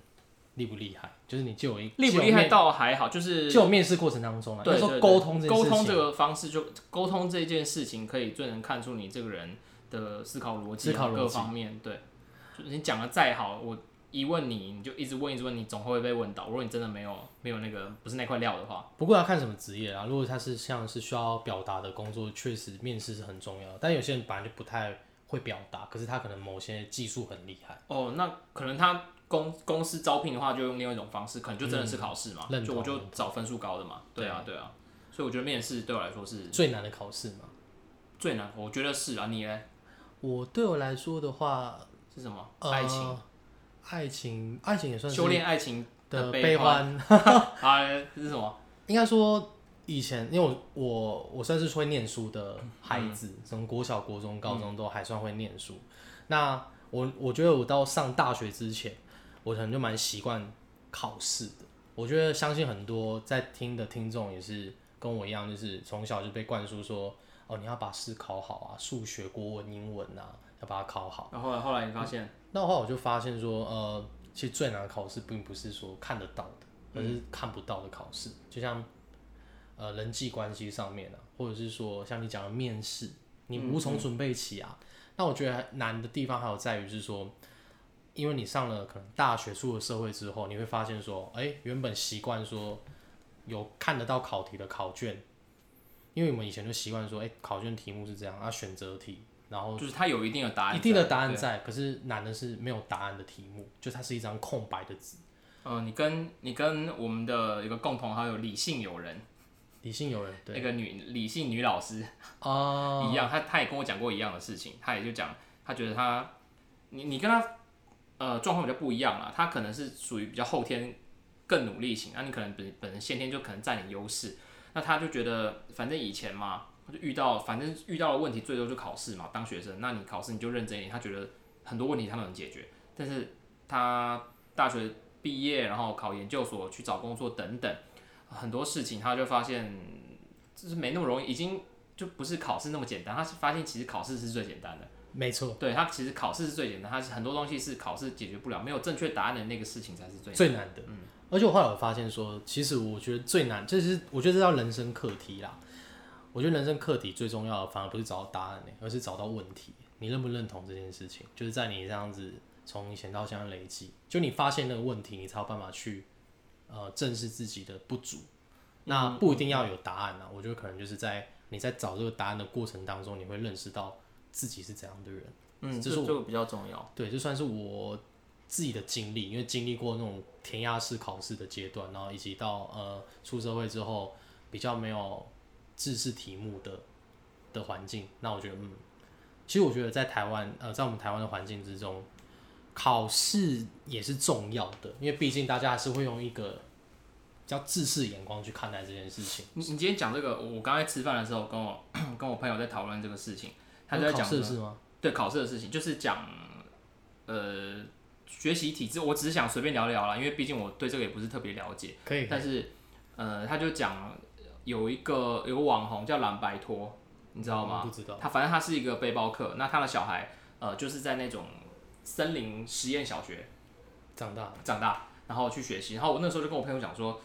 B: 厉不厉害，就是你就有一
A: 厉不厉害
B: 就有
A: 倒还好，就
B: 面
A: 是
B: 就有面试过程当中了，啊
A: 对
B: 就说
A: 对对
B: 沟通这
A: 沟
B: 件事情
A: 通这个方式就沟通这件事情，可以最能看出你这个人的思考逻辑
B: 思考逻辑
A: 各方面。对，就是你讲的再好，我一问你，你就一直问一直问，你总会被问到。如果你真的没有没有那个不是那块料的话，
B: 不过要看什么职业啊。如果他是像是需要表达的工作，确实面试是很重要的。但有些人本来就不太会表达，可是他可能某些技术很厉害。
A: 哦，那可能他公公司招聘的话，就用另外一种方式，可能就真的是考试嘛，
B: 嗯认
A: 就
B: 同
A: 我就找分数高的嘛。对啊，对啊。所以我觉得面试对我来说是
B: 最难的考试嘛，
A: 最难，我觉得是啊。你呢？
B: 我对我来说的话，
A: 是什么？
B: 呃
A: 爱情，
B: 爱情，爱情也算是
A: 修炼爱情
B: 的
A: 悲
B: 悲
A: 欢
B: 欢。
A: 啊？这是什么？
B: 应该说以前，因为我我我算是会念书的孩子，从、国小、国中、高中都还算会念书。那我我觉得我到上大学之前，我可能就蛮习惯考试的。我觉得相信很多在听的听众也是跟我一样，就是从小就被灌输说，哦，你要把试考好啊，数学、国文、英文啊，要把它考好。
A: 然后后来后来你发现，
B: 那后来我就发现说，呃，其实最难的考试并不是说看得到的，而是看不到的考试。就像呃人际关系上面啊，或者是说像你讲的面试，你无从准备起啊。那我觉得难的地方还有在于是说，因为你上了可能大学出了社会之后，你会发现说，哎、原本习惯说有看得到考题的考卷，因为我们以前就习惯说，哎、考卷题目是这样啊，选择题，然后
A: 就是它有一定的答案在，
B: 一定的答案
A: 对。
B: 在，可是难的是没有答案的题目，就它是一张空白的纸。
A: 呃，你跟你跟我们的一个共同好友理性友人，
B: 理性有人
A: 那
B: 对
A: 个女理性女老师
B: 啊
A: 一样，她她也跟我讲过一样的事情，她也就讲，她觉得她你你跟她呃状况比较不一样啦，她可能是属于比较后天更努力型，那、你可能本本人先天就可能占你优势，那她就觉得反正以前嘛，就遇到反正遇到的问题最多就考试嘛，当学生，那你考试你就认真一点，她觉得很多问题她都能解决，但是她大学毕业，然后考研究所去找工作等等。很多事情，她就发现就是没那么容易，已经就不是考试那么简单。他是发现其实考试是最简单的，
B: 没
C: 嗯
B: 错，
A: 对他其实考试是最简单，他是很多东西是考试解决不了，没有正确答案的嗯那个事情才是最
B: 最难的。而且我后来我发现说，其实我觉得最难，这是我觉得这叫人生课题啦。我觉得人生课题最重要的，反而不是找到答案、欸，而是找到问题。你认不认同这件事情？就是在你这样子从以前到现在累积，就你发现那个问题，你才有办法去呃正视自己的不足。那
A: 嗯
B: 不一定要有答案啊，我觉得可能就是在你在找这个答案的过程当中，你会认识到自己是怎样的人。
C: 嗯，
B: 这
C: 这
B: 是
C: 就比较重要。
B: 对，就算是我自己的经历，因为经历过那种填鸭式考试的阶段，然后以及到呃出社会之后比较没有制式题目的的环境，那我觉得嗯，其实我觉得在台湾呃在我们台湾的环境之中，考试也是重要的，因为毕竟大家还是会用一个。比较制式眼光去看待这件事情，
A: 你你今天讲这个，我 我刚才吃饭的时候跟我 跟我朋友在讨论这个事情，他就在
B: 考
A: 讲
B: 试是吗？
A: 对考试的事情，就是讲呃学习体制，我只是想随便聊聊啦，因为毕竟我对这个也不是特别了解。
B: 可以，
A: 但是呃，他就讲有一个有个网红叫蓝白托，你知道吗？
B: 不知道。
A: 他反正他是一个背包客，那他的小孩呃就是在那种森林实验小学
B: 长大
A: 长大，然后去学习。然后我那时候就跟我朋友讲说，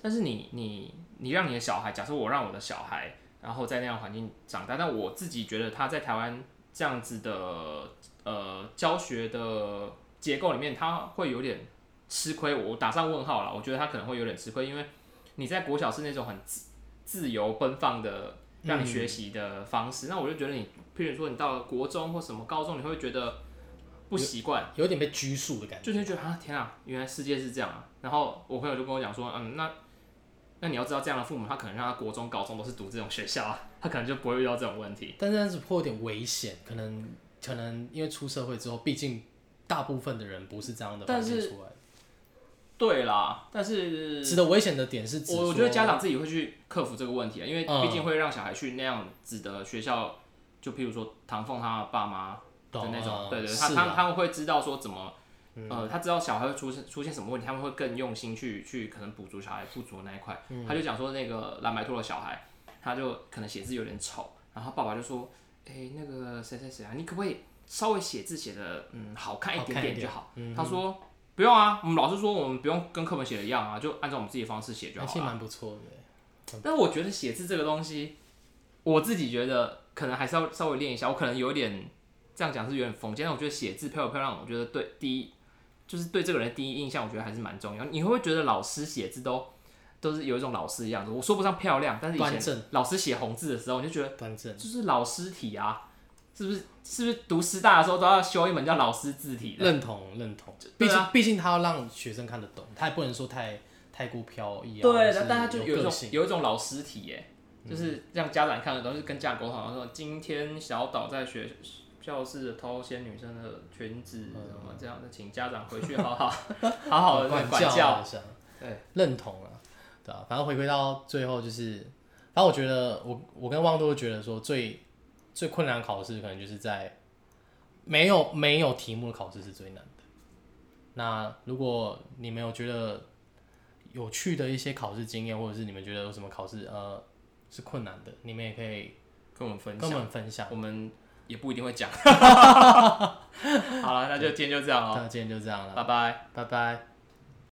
A: 但是你你你让你的小孩，假设我让我的小孩，然后在那样环境长大，但我自己觉得他在台湾这样子的呃教学的结构里面，他会有点吃亏。我打上问号了，我觉得他可能会有点吃亏，因为你在国小是那种很自自由奔放的。让你学习的方式，那我就觉得你，譬如说你到了国中或什么高中，你会觉得不习惯，
B: 有点被拘束的感觉，
A: 就是觉得啊，天啊，原来世界是这样啊。然后我朋友就跟我讲说，嗯，那那你要知道，这样的父母他可能让他国中、高中都是读这种学校啊，他可能就不会遇到这种问题。
B: 但是但是会有点危险，可能可能因为出社会之后，毕竟大部分的人不是这样的环
A: 但
B: 境
A: 是
B: 出来的。
A: 对啦，但是
B: 指的危险的点是指
A: 我我
B: 说
A: 觉得家长自己会去克服这个问题啊，因为
B: 嗯
A: 毕竟会让小孩去那样子的学校，就譬如说唐凤他爸妈的
B: 懂
A: 那种，
B: 啊
A: 哦对对，他
B: 是
A: 他
B: 啊，
A: 他们会知道说怎么。呃，他知道小孩会出现出现什么问题，他们会更用心去去可能补足小孩不足的那一块。嗯他就讲说那个蓝白兔的小孩，他就可能写字有点丑，然后爸爸就说，哎、那个谁谁谁啊，你可不可以稍微写字写的嗯好看一
B: 好
A: 点
B: 哦看一
A: 点就
B: 点
A: 好？他说不用啊，我们老师说我们不用跟课本写的一样啊，就按照我们自己的方式写就
B: 嗯还
A: 好
B: 是
A: 了。
B: 蛮不错的。
A: 但是我觉得写字这个东西，我自己觉得可能还是要稍微练一下。我可能有一点这样讲是有点封建，但我觉得写字漂不漂亮，我觉得对第一就是对这个人的第一印象，我觉得还是蛮重要。你会不会觉得老师写字都 都是有一种老师的样子？我说不上漂亮，但是以
B: 端正
A: 前老师写红字的时候，你就觉得
B: 端正，
A: 就是老师体啊，是不是？是不是读师大的时候都要修一门叫老师字体的？
B: 认同认同。毕
A: 对
B: 竟
A: 啊
B: 毕竟他要让学生看得懂，他也不能说太太过飘逸啊。
A: 对，
B: 的
A: 但，但他就有一
B: 个
A: 种
B: 性。嗯
A: 有一种老师体耶，就是让家长看得懂，就是跟家长沟通，然后说今天小岛在学教室偷掀女生的裙子，什么这样的，请家长回去好好 好好的
B: 哦管
A: 管教。
B: 好像
A: 对，
B: 认同了，对啊，反正回归到最后就是，反正我觉得我我跟汪都会觉得说最最困难的考试可能就是在没有没有题目的考试是最难的。那如果你们有觉得有趣的一些考试经验，或者是你们觉得有什么考试呃是困难的，你们也可以
A: 跟我们分
B: 跟我
A: 享，
B: 们分享。
A: 我们也不一定会 讲。好了，那就今天就这样
B: 那
A: 哦，
B: 今天就这样了，
A: 拜拜。
B: 拜拜。